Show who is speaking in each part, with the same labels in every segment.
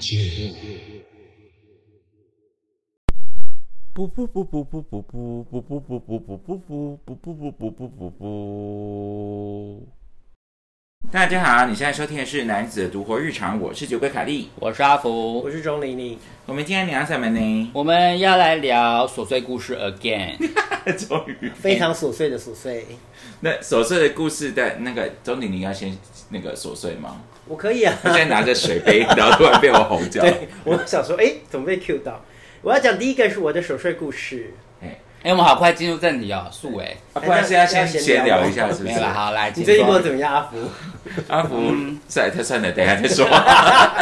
Speaker 1: 是 RMJ。
Speaker 2: 不不不不不不不不不不不不不不不不不不不不不。大家好，你现在收听的是《男子的独活日常》，我是酒鬼凯莉。
Speaker 3: 我是阿福
Speaker 4: 我，是钟玲玲，
Speaker 2: 我们今天聊什么呢？
Speaker 3: 我们要来聊琐碎故事 again。
Speaker 2: 终于，
Speaker 4: 非常琐碎的琐碎，
Speaker 2: 那琐碎的故事的那个钟鼎，你要先那个琐碎吗？
Speaker 4: 我可以啊。
Speaker 2: 他现在拿着水杯，然后突然被我吼叫。
Speaker 4: 对，我想说，哎，怎么被 Q 到？我要讲第一个是我的守岁故事，
Speaker 3: 哎、我们好快进入正题哦，素维。
Speaker 2: 啊不然现在先闲聊一下，是不
Speaker 3: 没
Speaker 2: 是
Speaker 3: 有？啦，好来，
Speaker 4: 你最近过得
Speaker 3: 请
Speaker 4: 怎么样，阿福？
Speaker 2: 阿福，算了，他算了，等一下再说。
Speaker 3: 说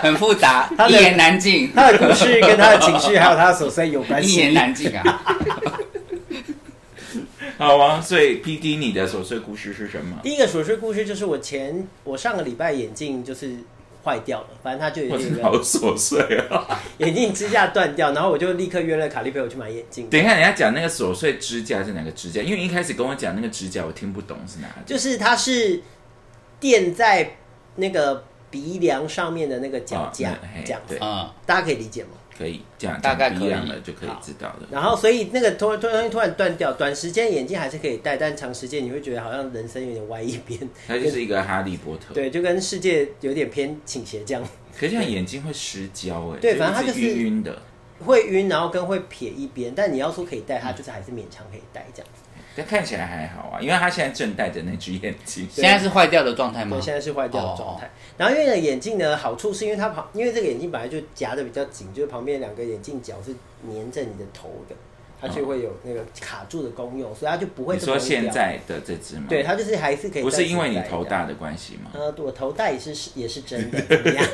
Speaker 3: 很复杂，
Speaker 4: 他
Speaker 3: 一
Speaker 4: 的
Speaker 3: 言难尽，
Speaker 4: 他的故事跟他的情绪还有他的琐碎有关
Speaker 3: 一言
Speaker 4: 系。
Speaker 3: 难尽啊。
Speaker 2: 好啊，所以 P D 你的琐碎故事是什么？
Speaker 4: 第一个琐碎故事就是我前我上个礼拜眼镜就是坏掉了，反正它就有
Speaker 2: 我
Speaker 4: 那
Speaker 2: 真的
Speaker 4: 个
Speaker 2: 好琐碎啊！
Speaker 4: 眼镜支架断掉，然后我就立刻约了卡莉陪我去买眼镜。
Speaker 2: 等一下，人家讲那个琐碎指甲是哪个指甲？因为一开始跟我讲那个指甲，我听不懂是哪个。
Speaker 4: 就是它是垫在那个鼻梁上面的那个脚架
Speaker 2: 哦那嘿，
Speaker 4: 这样子
Speaker 2: 对，
Speaker 3: 嗯，
Speaker 4: 大家可以理解吗？
Speaker 2: 可以这样，
Speaker 3: 大概
Speaker 2: 讲
Speaker 3: 可以
Speaker 2: 鼻梁了就可以知道了。
Speaker 4: 然后，所以那个突突然突然断掉，短时间眼镜还是可以戴，但长时间你会觉得好像人生有点歪一边，
Speaker 2: 它就是一个哈利波特。，
Speaker 4: 对，就跟世界有点偏倾斜这样，
Speaker 2: 可是它眼睛会失焦哎，
Speaker 4: 对
Speaker 2: 所以
Speaker 4: 反正它就是
Speaker 2: 晕晕的。
Speaker 4: 会晕，然后跟会撇一边。但你要说可以戴，它就是还是勉强可以戴这样。
Speaker 2: 但看起来还好啊，因为他现在正戴着那只眼镜。
Speaker 3: 现在是坏掉的状
Speaker 2: 嗯
Speaker 3: 态吗
Speaker 4: 对，？现在是坏掉的
Speaker 2: 哦
Speaker 4: 状态。然后因为呢眼镜呢，好处是因为它旁，因为这个眼镜本来就夹的比较紧，就是旁边两个眼镜角是粘着你的头的，它就会有那个卡住的功用，所以它就不会
Speaker 2: 你
Speaker 4: 这
Speaker 2: 说
Speaker 4: 么容易掉
Speaker 2: 现在的这只吗？
Speaker 4: 对，它就是还是可以
Speaker 2: 不
Speaker 4: 戴
Speaker 2: 是
Speaker 4: 起
Speaker 2: 因为你
Speaker 4: 来这
Speaker 2: 头
Speaker 4: 样
Speaker 2: 大的关系吗？
Speaker 4: 呃，我头大也是也是真的，怎么样？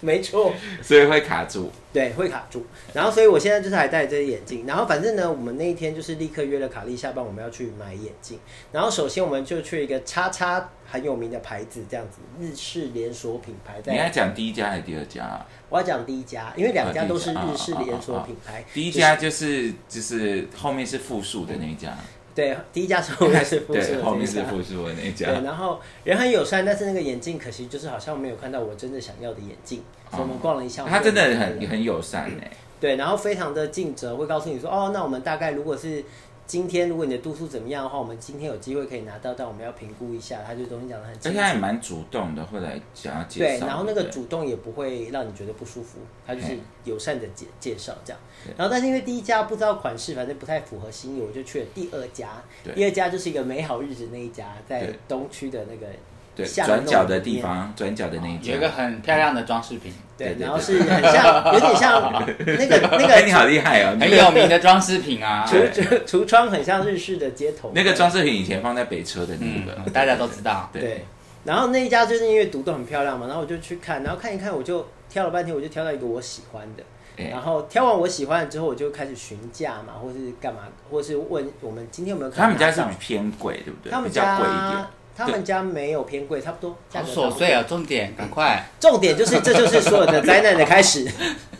Speaker 4: 没错，
Speaker 2: 所以会卡住。
Speaker 4: 对，会卡住。然后，所以我现在就是还戴着这些眼镜。然后，反正呢，我们那一天就是立刻约了卡莉下班，我们要去买眼镜。然后，首先我们就去一个叉叉很有名的牌子，这样子日式连锁品牌
Speaker 2: 你要
Speaker 4: 在。
Speaker 2: 讲第一家还是第二家啊？
Speaker 4: 我要讲第一家，因为两家都是
Speaker 2: 啊第一
Speaker 4: 日
Speaker 2: 家
Speaker 4: 式连锁品牌。
Speaker 2: 第一家就是就是后面是复数的那一家，
Speaker 4: 对，第一家是后面是复式
Speaker 2: 对，
Speaker 4: 的，
Speaker 2: 后面是复数的那一
Speaker 4: 对，
Speaker 2: 家。
Speaker 4: 然后人很友善，但是那个眼镜可惜就是好像没有看到我真的想要的眼镜，所以我们逛了一下。
Speaker 2: 哦他真的
Speaker 4: 我们就买了
Speaker 2: 很很友善哎，
Speaker 4: 对，然后非常的尽责，会告诉你说，哦，那我们大概如果是今天，如果你的度数怎么样的话，我们今天有机会可以拿到，但我们要评估一下。他就东西讲的很
Speaker 2: 而
Speaker 4: 清
Speaker 2: 且他也
Speaker 4: 楚。
Speaker 2: 蛮主动的，会来想要介
Speaker 4: 对，
Speaker 2: 绍。
Speaker 4: 然后那个
Speaker 2: 对不对
Speaker 4: 主动也不会让你觉得不舒服，他就是
Speaker 2: 嗯
Speaker 4: 友善的介介绍这样
Speaker 2: 对。
Speaker 4: 然后，但是因为第一家不知道款式，反正不太符合心意，我就去了第二家
Speaker 2: 对。
Speaker 4: 第二家就是一个美好日子那一家，在
Speaker 2: 对
Speaker 4: 东区的那个
Speaker 2: 对
Speaker 4: 下
Speaker 2: 转
Speaker 4: 门
Speaker 2: 角
Speaker 4: 弄
Speaker 2: 的
Speaker 4: 里
Speaker 2: 地
Speaker 4: 面
Speaker 2: 方，转角的那一家
Speaker 3: 哦有一。个很漂亮的装饰品，
Speaker 2: 对
Speaker 4: 对，
Speaker 2: 对
Speaker 4: 然后
Speaker 2: 对
Speaker 4: 是很像，有点像那个那
Speaker 2: 哎，你
Speaker 4: 个
Speaker 2: 好厉害
Speaker 4: 嗯
Speaker 2: 哦！
Speaker 3: 很
Speaker 2: 你
Speaker 3: 有名的装饰品 啊。
Speaker 2: 对
Speaker 4: 橱橱橱窗很像日式的街头
Speaker 2: 那个装饰品以前放在北车的那个
Speaker 3: 嗯，，大家都知道。
Speaker 2: 对
Speaker 4: 对，然后那一家就是因为读的很漂亮嘛，然后我就去看，然后看一看，我就挑了半天，我就挑到一个我喜欢的。
Speaker 2: 哎
Speaker 4: 然后挑完我喜欢的之后，我就开始询价嘛，或是干嘛，或是问我们今天有没有可能
Speaker 2: 他们家是
Speaker 4: 拿到
Speaker 2: 偏贵，对不对？
Speaker 4: 他们
Speaker 2: 比较
Speaker 4: 家
Speaker 2: 贵一点。
Speaker 4: 他们家没有偏贵，差不多价
Speaker 3: 好
Speaker 4: 格
Speaker 3: 琐碎
Speaker 4: 啊。
Speaker 3: 啊，重点，赶快！
Speaker 4: 重点就是这就是所有的灾难的开始。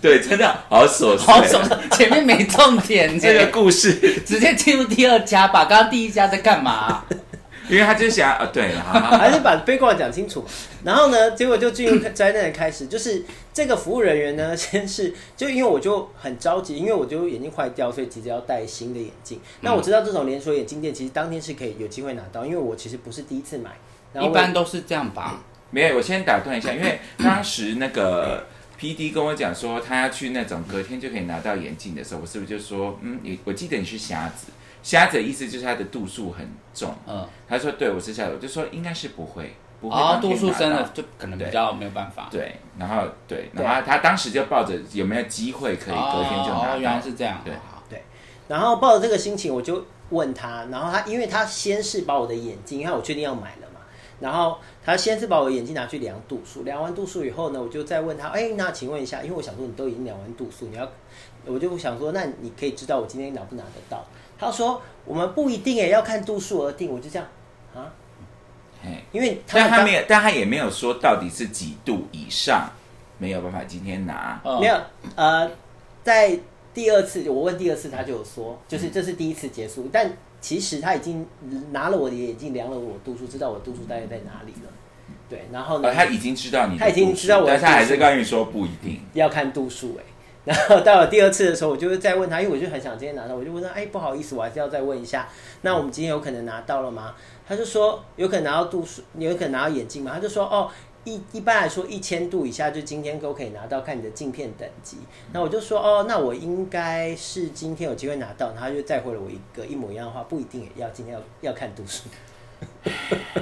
Speaker 2: 对，真的好琐碎。哎
Speaker 3: 好琐碎，前面没重点呢，
Speaker 4: 哎
Speaker 2: 这个故 事，
Speaker 3: 直接进入第二家吧。刚刚第一家在干嘛啊？
Speaker 2: 因为他就想啊，对了，好好好
Speaker 4: 还是把背过来讲清楚。然后呢，结果就进入灾难的开始，就是这个服务人员呢， 先是就因为我就很着急，因为我就眼镜坏掉，所以急着要戴新的眼镜。那
Speaker 3: 嗯
Speaker 4: 我知道这种连锁眼镜店其实当天是可以有机会拿到，因为我其实不是第一次买，然
Speaker 3: 一
Speaker 4: 后我
Speaker 3: 般都是这样吧。
Speaker 2: 没有，我先打断一下，因为当时那个 P D 跟我讲说他要去那种隔天就可以拿到眼镜的时候，我是不是就说，嗯，你我记得你是瞎子，瞎子的意思就是他的度数很重。
Speaker 3: 嗯，
Speaker 2: 他说对，我是瞎子，我就说应该是不会，不会
Speaker 3: 哦，
Speaker 2: 当天
Speaker 3: 度数
Speaker 2: 拿
Speaker 3: 深
Speaker 2: 到
Speaker 3: 了就可能比较没有办法。
Speaker 2: 对，然后对，然后他当时就抱着有没有机会可以隔天就拿
Speaker 3: 哦
Speaker 2: 到，
Speaker 3: 哦原来是这样。
Speaker 2: 对
Speaker 3: 好
Speaker 4: 然后抱着这个心情，我就问他，然后他因为他先是把我的眼镜，因为我确定要买了嘛，然后他先是把我的眼镜拿去量度数，量完度数以后呢，我就再问
Speaker 2: 嗯
Speaker 4: 他，哎，那请问一下，因为我想说你都已经量完度数，你要，我就想说，那你可以知道我今天拿不拿得到？他说我们不一定也要看度数而定，我就这样啊，
Speaker 2: 嘿
Speaker 4: 因为他
Speaker 2: 但
Speaker 4: 们
Speaker 2: 他
Speaker 4: 刚
Speaker 2: 没有，但他也没有说到底是几度以上没有办法今天拿。
Speaker 3: 嗯
Speaker 4: 没有，呃，在第二次我问第二次，他就有说，
Speaker 2: 嗯
Speaker 4: 就是这是第一次结束，但其实他已经拿了我的眼镜，量了我度数，知道我度数大概在哪里了。对，然后呢，
Speaker 2: 呃，他已经知道你的
Speaker 4: 他已经
Speaker 2: 故事
Speaker 4: 知道我的
Speaker 2: 但是他还
Speaker 4: 故
Speaker 2: 是
Speaker 4: 事
Speaker 2: 告诉你说不一定。
Speaker 4: 要看度数哎、然后到了第二次的时候，我就会再问他，因为我就很想今天拿到，我就问他，哎，不好意思，我还是要再问一下，那我们今天有可能拿到了吗？他就说有可能拿到度数，有可能拿到眼镜吗？他就说哦。一一般来说，一千度以下就今天都可以拿到，看你的镜片等级。那我就说哦，那我应该是今天有机会拿到，然后他就再回了我一个一模一样的话，不一定也要今天要要看度数。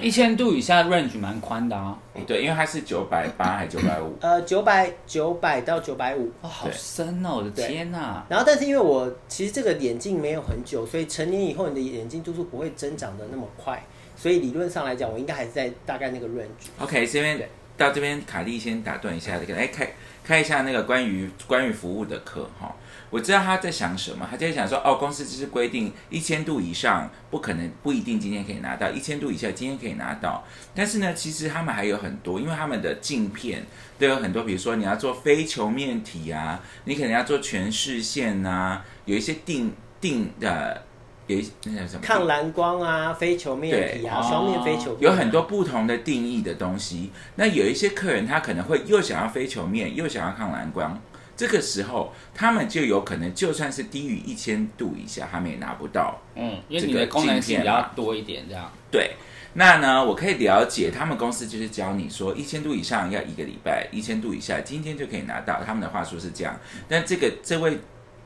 Speaker 3: 一千度以下 range 蛮宽的啊，
Speaker 2: 对，因为他是九百八还九百五，
Speaker 4: 呃，九百九百到九百五，
Speaker 3: 哇，好深哦！我的
Speaker 4: 对
Speaker 3: 天
Speaker 2: 啊
Speaker 3: 哪，
Speaker 4: 然后，但是因为我其实这个眼镜没有很久，所以成年以后你的眼睛度数不会增长的那么快，所以理论上来讲，我应该还是在大概那个 range。
Speaker 2: OK，这边
Speaker 4: 对
Speaker 2: 到这边，卡莉先打断一下这个，哎，开开一下那个关于关于服务的课哈。我知道他在想什么，他在想说，哦，公司只是规定一千度以上不可能不一定今天可以拿到，一千度以下今天可以拿到。但是呢，其实他们还有很多，因为他们的镜片都有很多，比如说你要做非球面体啊，你可能要做全视线啊，有一些定定的，有一那叫什么
Speaker 4: 抗蓝光啊，非球面体啊，
Speaker 3: 对
Speaker 4: 双面非球面啊、
Speaker 2: 哦有很多不同的定义的东西。那有一些客人他可能会又想要非球面，又想要抗蓝光，这个时候他们就有可能就算是低于一千度以下，他们也拿不到。
Speaker 3: 嗯，因为你的功能性比较多一点，这样
Speaker 2: 对，那呢，我可以了解他们公司就是教你说一千度以上要一个礼拜，一千度以下今天就可以拿到。他们的话术是这样，但这个这位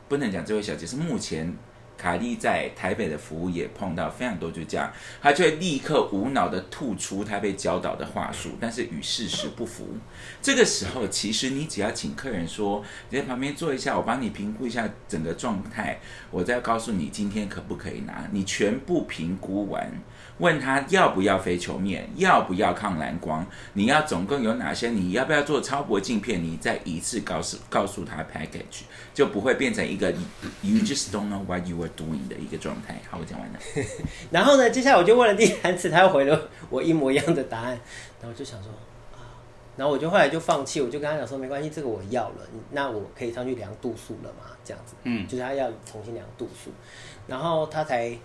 Speaker 2: 不能讲这位小姐是目前。卡莉在台北的服务也碰到非常多，就这样，她就会立刻无脑的吐出她被教导的话术，但是与事实不符。这个时候，其实你只要请客人说：“你在旁边坐一下，我帮你评估一下整个状态，我再告诉你今天可不可以拿。”你全部评估完，问他要不要非球面，要不要抗蓝光，你要总共有哪些，你要不要做超薄镜片，你再一次告诉告诉他 package，就不会变成一个 you just don't know what you are doing 的一个状态。好，我讲完了。
Speaker 4: 然后呢，接下来我就问了第三次，他又回了我一模一样的答案，然后我就想说啊，然后我就后来就放弃，我就跟他讲说没关系，这个我要了，那我可以上去量度数了嘛，这样子，
Speaker 3: 嗯
Speaker 4: 就是他要重新量度数，然后他才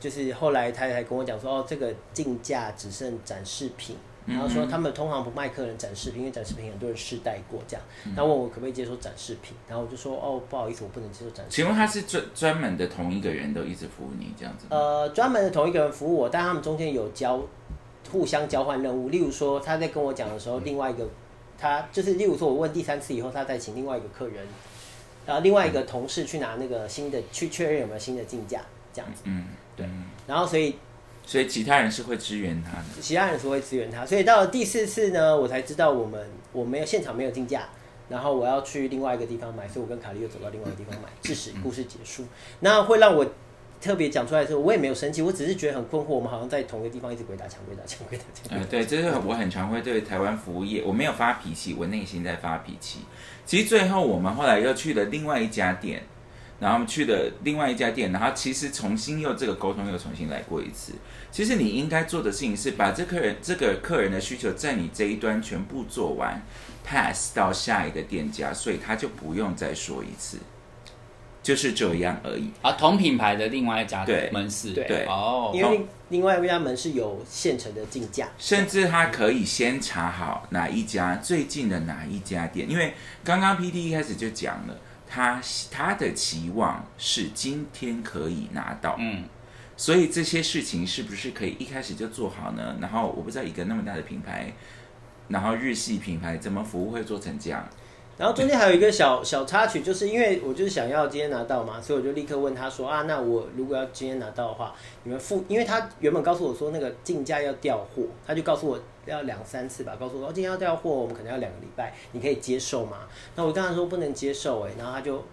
Speaker 4: 就是后来他才跟我讲说哦，这个竞价只剩展示品。
Speaker 2: 嗯
Speaker 4: 然后说他们通常不卖客人展示品，因为展示品很多人试戴过这样。
Speaker 2: 嗯
Speaker 4: 他问我可不可以接受展示品，然后我就说哦不好意思，我不能接受展示品。
Speaker 2: 请问他是专专门的同一个人都一直服务你这样子吗？
Speaker 4: 呃，专门的同一个人服务我，但他们中间有交互相交换任务。例如说，他在跟我讲的时候，另外一个他就是，例如说我问第三次以后，他再请另外一个客人，然后另外一个同事去拿那个新的去确认有没有新的竞价这样子。
Speaker 2: 嗯，
Speaker 4: 对
Speaker 2: 嗯
Speaker 4: 然后所以
Speaker 2: 所以其他人是会支援他的。
Speaker 4: 其他人是会支援他，所以到了第四次呢，我才知道我们我没有现场没有竞价，然后我要去另外一个地方买，所以我跟卡莉又走到另外一个地方买，致使故事结束。那会让我特别讲出来的时候，我也没有生气，我只是觉得很困惑，我们好像在同一个地方一直鬼打墙、鬼打墙、鬼打墙。
Speaker 2: 呃，对，这是我很常会对台湾服务业，我没有发脾气，我内心在发脾气。其实最后我们后来又去了另外一家店，然后我们去了另外一家店，然后其实重新又这个沟通又重新来过一次。其实你应该做的事情是把这客人这个客人的需求在你这一端全部做完，pass 到下一个店家，所以他就不用再说一次，就是这样而已。
Speaker 3: 啊，同品牌的另外一家
Speaker 2: 对
Speaker 3: 门市，
Speaker 4: 对
Speaker 2: 对
Speaker 3: 哦，
Speaker 4: 因为另另外一家门是有现成的竞价，
Speaker 2: 甚至他可以先查好哪一家最近的哪一家店，因为刚刚 P D 一开始就讲了，他他的期望是今天可以拿到，
Speaker 3: 嗯，
Speaker 2: 所以这些事情是不是可以一开始就做好呢？然后我不知道一个那么大的品牌，然后日系品牌怎么服务会做成这样？
Speaker 4: 然后中间还有一个小小插曲，就是因为我就是想要今天拿到嘛，所以我就立刻问他说啊，那我如果要今天拿到的话，你们付，因为他原本告诉我说那个竞价要调货，他就告诉我要两三次吧，告诉我哦，今天要调货，我们可能要两个礼拜，你可以接受吗？那我跟他说不能接受、欸，哎，然后他就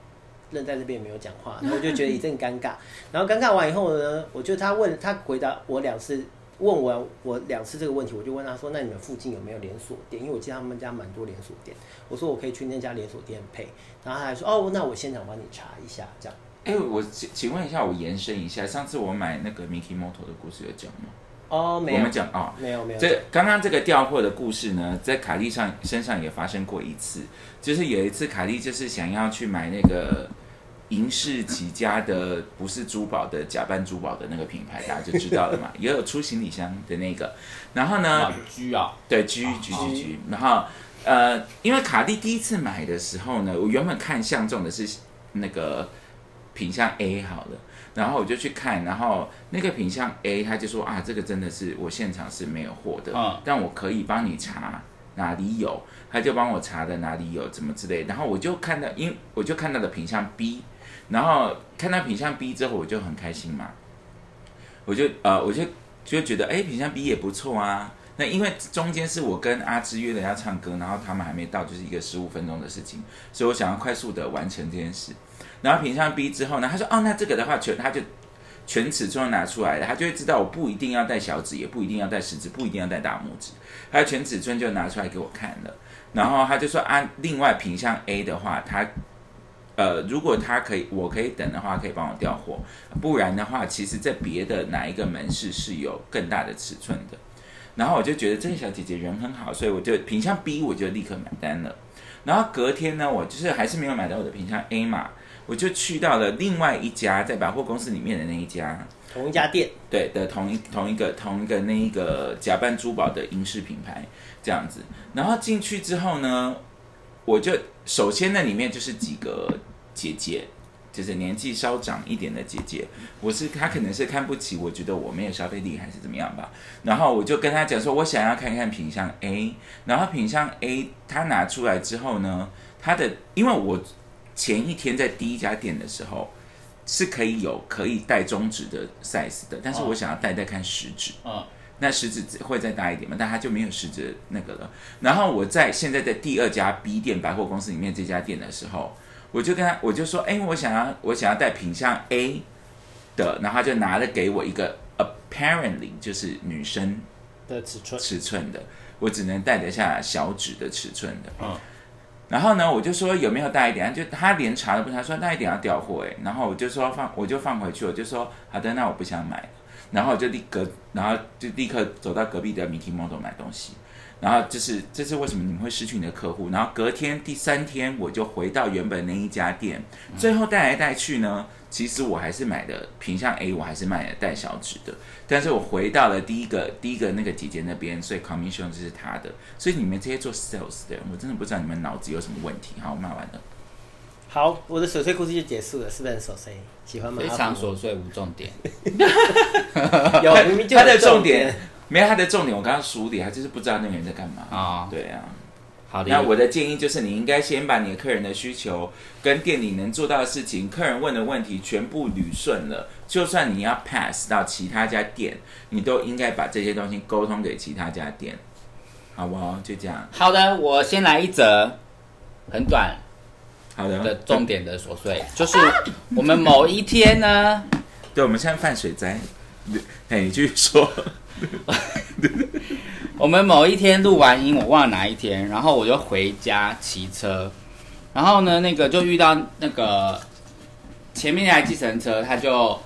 Speaker 4: 愣在这边也没有讲话，然后我就觉得一阵尴尬。 然后尴尬完以后呢，我就他问他回答我两次，问完我两次这个问题，我就问他说：“那你们附近有没有连锁店？”因为我记得他们家蛮多连锁店。我说我可以去那家连锁店配，然后他还说：“哦，那我现场帮你查一下。”这样
Speaker 2: 哎，我请请问一下，我延伸一下，上次我买那个 Mickey Moto 的故事有讲吗？
Speaker 4: 哦，没
Speaker 2: 我
Speaker 4: 有
Speaker 2: 们，讲哦，
Speaker 4: 没有，没有，
Speaker 2: 这刚刚这个调货的故事呢，在卡莉上身上也发生过一次，就是有一次卡莉就是想要去买那个银饰起家的，不是珠宝的假扮珠宝的那个品牌，大家就知道了嘛，也有出行李箱的那个。然后呢
Speaker 3: 马，居啊，
Speaker 2: 对，G G G G，然后呃，因为卡蒂第一次买的时候呢，我原本看相中的是那个品相 A 好了，然后我就去看，然后那个品相 A 他就说啊，这个真的是我现场是没有货的，
Speaker 3: 嗯
Speaker 2: 但我可以帮你查哪里有，他就帮我查的哪里有怎么之类，然后我就看到，因我就看到了品相 B，然后看到品相 B 之后我就很开心嘛，我就呃我就就觉得哎品相 B 也不错啊。那因为中间是我跟阿芝约了要唱歌，然后他们还没到，就是一个十五分钟的事情，所以我想要快速的完成这件事。然后品相 B 之后呢，他说哦，那这个的话全他就全尺寸拿出来了，他就会知道我不一定要带小指，也不一定要带食指，不一定要带大拇指，他全尺寸就拿出来给我看了。然后他就说啊，另外品相 A 的话，他呃，如果他可以，我可以等的话，可以帮我调货；不然的话，其实在别的哪一个门市是有更大的尺寸的。然后我就觉得这个小姐姐人很好，所以我就品相 B 我就立刻买单了。然后隔天呢，我就是还是没有买到我的品相 A 嘛，我就去到了另外一家在百货公司里面的那一家，
Speaker 4: 同一家店，
Speaker 2: 对的同一同一个同一个那一个假扮珠宝的银饰品牌这样子。然后进去之后呢，我就首先那里面就是几个姐姐。就是年纪稍长一点的姐姐，我是她可能是看不起，我觉得我没有消费力还是怎么样吧。然后我就跟她讲说，我想要看看品相 A，然后品相 A 她拿出来之后呢，她的因为我前一天在第一家店的时候是可以有可以戴中指的 size 的，但是我想要戴戴看食指，
Speaker 3: 嗯，
Speaker 2: 那食指会再大一点嘛，但它就没有食指那个了。然后我在现在在第二家 B 店百货公司里面这家店的时候，我就跟他我就说，哎、我想要我想要带品相 A 的，然后他就拿了给我一个 apparently 就是女生
Speaker 4: 的尺寸，
Speaker 2: 尺寸的，我只能戴得下小指的尺寸的。
Speaker 3: 嗯
Speaker 2: 然后呢，我就说有没有大一点，他就他连查都不查，他说大一点要调货哎，然后我就说放，我就放回去，我就说好的，那我不想买了，然后我就立刻，然后就立刻走到隔壁的 Mickey Model 买东西，然后就是这是为什么你们会失去你的客户，然后隔天第三天我就回到原本那一家店，最后带来带去呢，其实我还是买的品相 A，我还是买了带小指的，但是我回到了第一个第一个那个姐姐那边，所以 commission 就是她的。所以你们这些做 sales 的人，我真的不知道你们脑子有什么问题。好，我骂完了。
Speaker 4: 好，我的琐碎故事就结束了，是不是很琐碎？喜欢吗？
Speaker 3: 非
Speaker 4: 阿
Speaker 3: 常
Speaker 4: 福
Speaker 3: 琐碎无重点。
Speaker 4: 有明明 就有
Speaker 2: 他的重
Speaker 4: 点
Speaker 2: 点，没有他的重点，我刚刚梳理，他就是不知道那个人在干嘛。
Speaker 3: 啊
Speaker 2: 对啊。
Speaker 3: 好的，
Speaker 2: 那我的建议就是，你应该先把你的客人的需求跟店里能做到的事情，客人问的问题全部捋顺了。就算你要 pass 到其他家店，你都应该把这些东西沟通给其他家店，好不好？就这样。
Speaker 3: 好的，我先来一则，很短
Speaker 2: 好的。
Speaker 3: 的重点的琐碎，就是我们某一天呢，
Speaker 2: 对，我们现在犯水灾。哎，你继续说。
Speaker 3: 我们某一天录完音，我忘了哪一天，然后我就回家骑车，然后呢，那个就遇到那个前面那台计程车，他就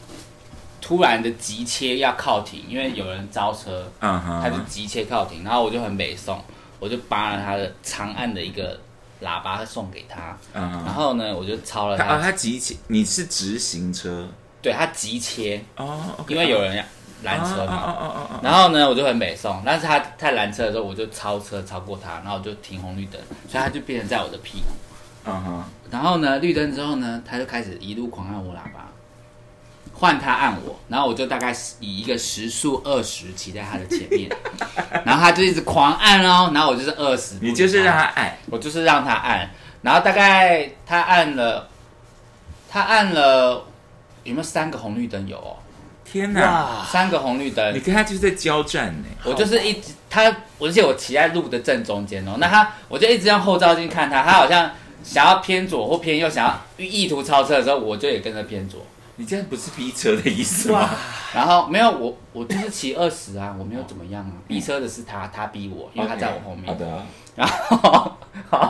Speaker 3: 突然的急切要靠停，因为有人招车，
Speaker 2: 嗯哼。
Speaker 3: 他就急切靠停，然后我就很北宋，我就扒了他的长按的一个喇叭送给他，
Speaker 2: 嗯哼
Speaker 3: 然后呢，我就抄了
Speaker 2: 他啊，他
Speaker 3: 他，
Speaker 2: 急切，你是直行车
Speaker 3: 对他急切，
Speaker 2: 哦，OK，
Speaker 3: 因为有人要拦车嘛，
Speaker 2: 哦哦哦哦，
Speaker 3: 然后呢，我就很北宋，但是他他拦车的时候，我就超车超过他，然后我就停红绿灯，所以他就变成在我的屁股。
Speaker 2: 嗯哼，
Speaker 3: 然后呢，绿灯之后呢，他就开始一路狂按我喇叭，换他按我，然后我就大概以一个时速二十骑在他的前面，然后他就一直狂按哦，然后我就是二十，
Speaker 2: 你就是让他爱，
Speaker 3: 我就是让他按，然后大概他按了，他按了有没有三个红绿灯有哦，
Speaker 2: 天哪，
Speaker 4: 哇，
Speaker 3: 三个红绿灯
Speaker 2: 啊你，跟他就是在交战呢，
Speaker 3: 我就是一直他，而且我骑在路的正中间哦，那他我就一直用后照镜看他，他好像想要偏左或偏右，想要意图超车的时候，我就也跟着偏左。
Speaker 2: 你这样不是逼车的意思
Speaker 4: 哇
Speaker 2: 吗？
Speaker 3: 然后没有我，我就是骑二十啊，我没有怎么样啊。逼车的是他，他逼我，因为他在我后面。
Speaker 2: 好的，啊
Speaker 3: 然后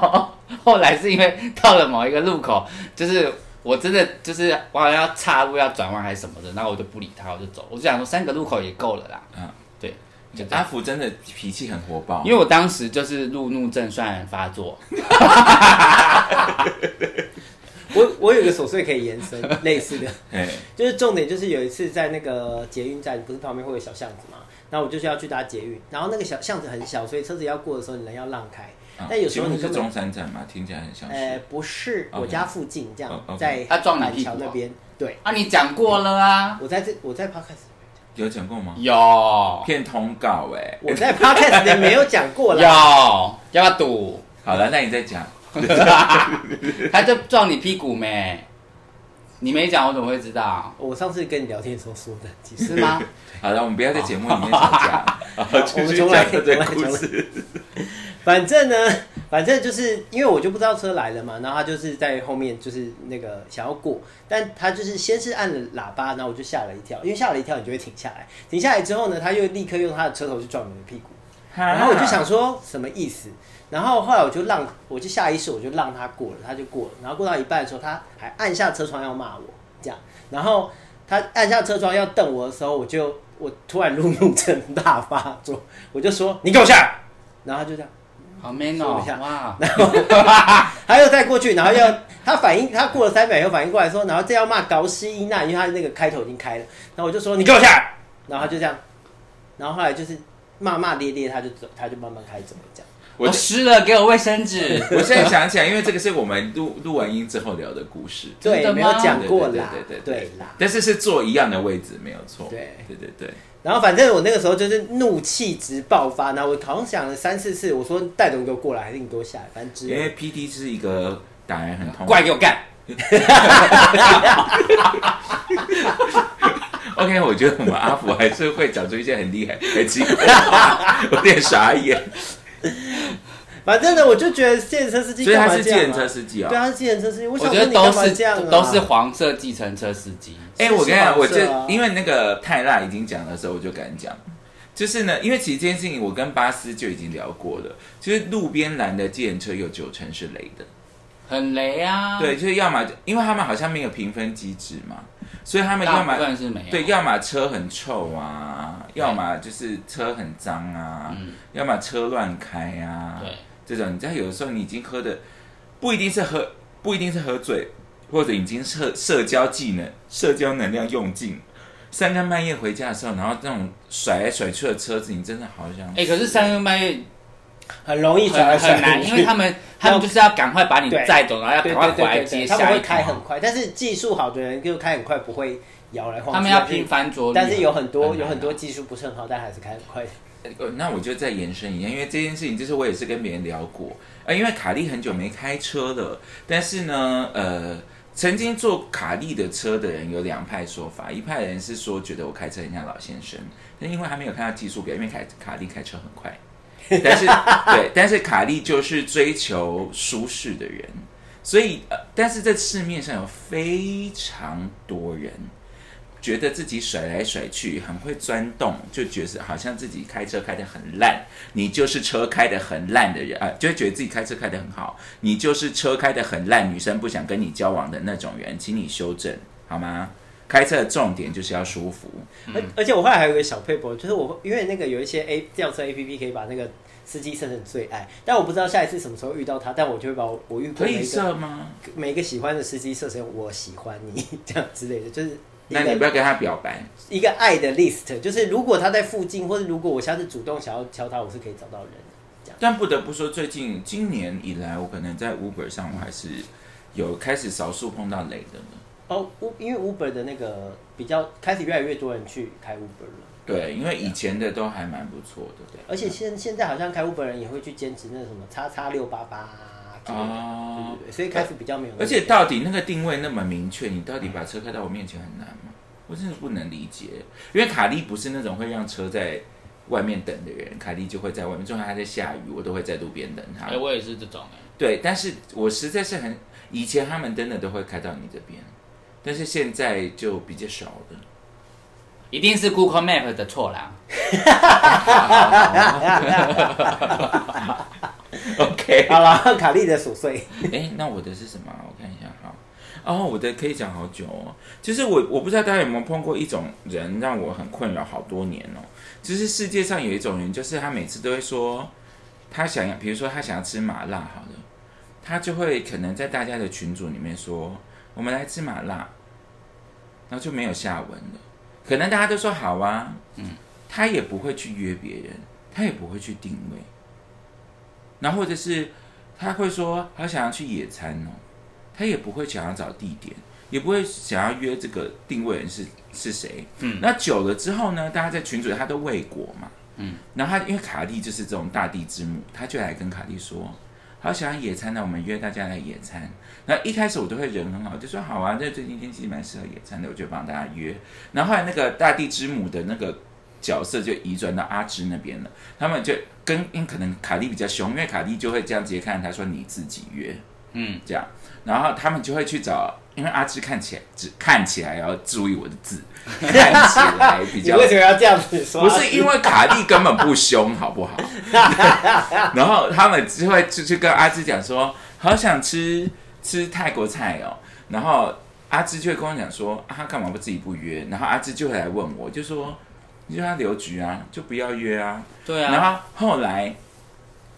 Speaker 3: 后来是因为到了某一个路口，就是我真的就是我好像要岔路要转弯还是什么的，然后我就不理他，我就走。我就想说三个路口也够了啦。
Speaker 2: 嗯啊
Speaker 3: 嗯，对，就这样
Speaker 2: 阿。福真的脾气很火爆，
Speaker 3: 因为我当时就是路怒症算发作，
Speaker 4: 我我有一个琐碎可以 延伸类似的，
Speaker 2: 哎，
Speaker 4: 就是重点就是有一次在那个捷运站，不是旁边会有小巷子嘛，然后我就是要去搭捷运，然后那个小巷子很小，所以车子要过的时候你人要让开，
Speaker 2: 啊
Speaker 4: 但有时
Speaker 2: 请
Speaker 4: 候
Speaker 2: 问
Speaker 4: 你
Speaker 2: 是
Speaker 4: 根
Speaker 2: 中
Speaker 4: 本。
Speaker 2: 山站吗？听起来很像
Speaker 4: 呃
Speaker 2: 是。，
Speaker 4: 不是，
Speaker 2: OK
Speaker 4: 我家附近这样
Speaker 2: 哦，，OK
Speaker 4: 在
Speaker 3: 他撞你
Speaker 4: 板
Speaker 3: 屁股
Speaker 4: 桥那
Speaker 3: 啊
Speaker 4: 边。对，
Speaker 3: 啊，你讲过了啊，
Speaker 4: 我在这，我在 podcast，
Speaker 2: 有讲过吗？
Speaker 3: 有
Speaker 2: 骗通告哎。
Speaker 4: 我在 podcast 里没有讲过
Speaker 3: 有
Speaker 4: 啦。
Speaker 3: 要不要赌？
Speaker 2: 好了，那你再讲。
Speaker 3: 他就撞你屁股没？你没讲，我怎么会知道？
Speaker 4: 我上次跟你聊天的时候说的，其
Speaker 3: 是
Speaker 4: 实
Speaker 3: 吗？
Speaker 2: 好了，我们不要在节目里面小讲，好， 继续
Speaker 4: 重来
Speaker 2: 讲这
Speaker 4: 重
Speaker 2: 个
Speaker 4: 来
Speaker 2: 故
Speaker 4: 重来
Speaker 2: 事。
Speaker 4: 反正呢，反正就是因为我就不知道车来了嘛，然后他就是在后面就是那个想要过，但他就是先是按了喇叭，然后我就吓了一跳，因为吓了一跳你就会停下来，停下来之后呢，他又立刻用他的车头去撞你的屁股，
Speaker 2: 啊
Speaker 4: 然后我就想说什么意思，然后后来我就让我就下意识我就让他过了，他就过了，然后过到一半的时候，他还按下车窗要骂我这样，然后他按下车窗要瞪我的时候，我就我突然路怒症大发作，我就说你给我下来，然后他就这样。
Speaker 3: 好 man
Speaker 4: 说
Speaker 3: 哦
Speaker 4: 一下，
Speaker 3: 哇！
Speaker 4: 他又再过去，然后要他反应，他过了三秒以后反应过来说，然后再要骂高希伊娜，因为他那个开头已经开了，然后我就说你给我下来，然后他就这样，然后后来就是骂骂咧咧，他就走，他就慢慢开走了这样。
Speaker 2: 我。
Speaker 3: 我湿了，给我卫生纸
Speaker 2: 我现在想起来，因为这个是我们录录完音之后聊的故事。
Speaker 3: 真的
Speaker 4: 对，
Speaker 3: 吗
Speaker 4: 没有讲过啦，
Speaker 2: 对对对
Speaker 4: 对啦。
Speaker 2: 但是是坐一样的位置，没有错。
Speaker 4: 对
Speaker 2: 对对对，
Speaker 4: 然后反正我那个时候就是怒气值爆发，然后我好像想了三四次，我说带着你给我过来，还是你给我下来，反正之
Speaker 2: 因
Speaker 4: 类的
Speaker 2: 为 P D 是一个打人很痛。
Speaker 3: 过来给我干！
Speaker 2: OK，我觉得我们阿福还是会讲出一些很厉害、很奇怪的话，我有点傻眼。
Speaker 4: 反正呢，我就觉得计程车司机
Speaker 2: 所以
Speaker 4: 干
Speaker 2: 他
Speaker 4: 嘛
Speaker 2: 是
Speaker 4: 这
Speaker 2: 计
Speaker 4: 样、啊？
Speaker 2: 程车司机
Speaker 4: 对，
Speaker 2: 哦。
Speaker 4: 他是计程车司机。我
Speaker 3: 我
Speaker 4: 想
Speaker 3: 觉
Speaker 4: 说
Speaker 3: 得
Speaker 4: 你
Speaker 3: 都
Speaker 4: 干嘛
Speaker 3: 是
Speaker 4: 这样、啊、
Speaker 3: 都是黄色计程车司机。
Speaker 2: 哎、我跟你讲，我这
Speaker 4: 是啊
Speaker 2: 因为那个泰辣已经讲的时候，我就敢讲。就是呢，因为其实这件事情我跟巴斯就已经聊过了，就是路边拦的计程车有九成是雷的。
Speaker 3: 很雷啊！
Speaker 2: 对，，就是要么因为他们好像没有评分机制嘛，所以他们
Speaker 3: 大
Speaker 2: 要
Speaker 3: 部
Speaker 2: 么
Speaker 3: 分是没有。
Speaker 2: 对，要么车很臭啊，要么就是车很脏啊，
Speaker 3: 嗯
Speaker 2: 要么车乱开啊，
Speaker 3: 对，
Speaker 2: 这种你知道有的时候你已经喝的不一定是喝不一定是喝醉，或者已经社社交技能社交能量用尽，三更半夜回家的时候，然后那种甩来甩去的车子，你真的好想
Speaker 3: 哎，可是三更半夜
Speaker 4: 很容易甩来
Speaker 3: 很
Speaker 4: 甩
Speaker 3: 很难，
Speaker 4: 去
Speaker 3: 因为他们他们就是要赶快把你
Speaker 4: 对
Speaker 3: 载走，然后要
Speaker 4: 对
Speaker 3: 赶快
Speaker 4: 对
Speaker 3: 回来
Speaker 4: 对对
Speaker 3: 接
Speaker 4: 对，他
Speaker 3: 下
Speaker 4: 们
Speaker 3: 一
Speaker 4: 会
Speaker 3: 条
Speaker 4: 开很快，但是技术好的人就开很快，不会摇来晃去。
Speaker 3: 他们要频繁着力。
Speaker 4: 但是，但是有很
Speaker 3: 很
Speaker 4: 多
Speaker 3: 难
Speaker 4: 有
Speaker 3: 啊
Speaker 4: 很多技术不是很好，但还是开很快。
Speaker 2: 呃，那我就再延伸一下，因为这件事情就是我也是跟别人聊过，呃，因为卡利很久没开车了，但是呢，呃，曾经坐卡利的车的人有两派说法，一派人是说觉得我开车很像老先生，但因为还没有看到技术表，因为凯卡利开车很快，但是对，但是卡利就是追求舒适的人，所以呃，但是在市面上有非常多人。觉得自己甩来甩去，很会钻洞，就觉得好像自己开车开得很烂，你就是车开得很烂的人啊、就会觉得自己开车开得很好，你就是车开得很烂，女生不想跟你交往的那种人，请你修正好吗？开车的重点就是要舒服，
Speaker 4: 而、而且我后来还有一个小配博，就是我因为那个有一些 A 轿车 A P P 可以把那个司机设成最爱，但我不知道下一次什么时候遇到他，但我就会把我我遇
Speaker 2: 可
Speaker 4: 过每
Speaker 2: 以
Speaker 4: 一个
Speaker 2: 设吗？
Speaker 4: 每一个喜欢的司机设成我喜欢你这样之类的，就是一
Speaker 2: 那你不
Speaker 4: 个
Speaker 2: 要跟他表白，
Speaker 4: 一个爱的 list，就是如果他在附近，或者如果我下次主动想要敲他，我是可以找到人的。
Speaker 2: 但不得不说，最近今年以来，我可能在 Uber 上，我还是有开始少数碰到雷的了。
Speaker 4: 哦，乌因为 Uber 的那个比较开始越来越多人去开 Uber 了，
Speaker 2: 对，因为以前的都还蛮不错的，对。
Speaker 4: 而且现现在好像开 Uber 人也会去兼职那什么叉叉六八八啊之类的，
Speaker 2: 哦
Speaker 4: 对对对，所以开始比较没有那个。
Speaker 2: 而且到底那个定位那么明确，你到底把车开到我面前很难吗？我真的不能理解，因为卡利不是那种会让车在外面等的人，卡利就会在外面，就算他在下雨，我都会在路边等他
Speaker 3: 哎，。我也是这种哎。
Speaker 2: 对，但是我实在是很，以前他们真的都会开到你这边，但是现在就比较少了。
Speaker 3: 一定是 Google Map 的错啦。
Speaker 2: OK，
Speaker 4: 好了，卡利的琐碎，
Speaker 2: 哎，那我的是什么啊？我看一下哈。哦，我的可以讲好久哦。就是我我不知道大家有没有碰过一种人，让我很困扰好多年哦。就是世界上有一种人，就是他每次都会说他想要，比如说他想要吃麻辣好了，他就会可能在大家的群组里面说我们来吃麻辣，然后就没有下文了。可能大家都说好啊，嗯，他也不会去约别人，他也不会去定位，然后或者是他会说好想要去野餐哦，他也不会想要找地点，也不会想要约这个定位人是是谁。嗯，那久了之后呢，大家在群组里他都未果嘛，嗯，然后他因为卡莉就是这种大地之母，他就来跟卡莉说。好想要野餐呢，我们约大家来野餐。那一开始我都会人很好，就说好啊，这最近天气蛮适合野餐的，我就帮大家约。然后后来那个大地之母的那个角色就移转到阿芝那边了，他们就跟因为可能卡莉比较凶，因为卡莉就会这样直接看他说你自己约，
Speaker 3: 嗯，
Speaker 2: 这样，然后他们就会去找，因为阿芝看起来只看起来要注意我的字， 看起来比
Speaker 4: 你
Speaker 2: 较
Speaker 4: 为什么要这样子说？
Speaker 2: 不是因为卡莉根本不凶，好不好？然后他们就会就去跟阿芝讲说，好想吃吃泰国菜哦。然后阿芝就会跟我讲说，啊，他干嘛不自己不约？然后阿芝就会来问我，就说你就让他留局啊，就不要约啊。
Speaker 3: 对
Speaker 2: 然
Speaker 3: 啊，
Speaker 2: 后后来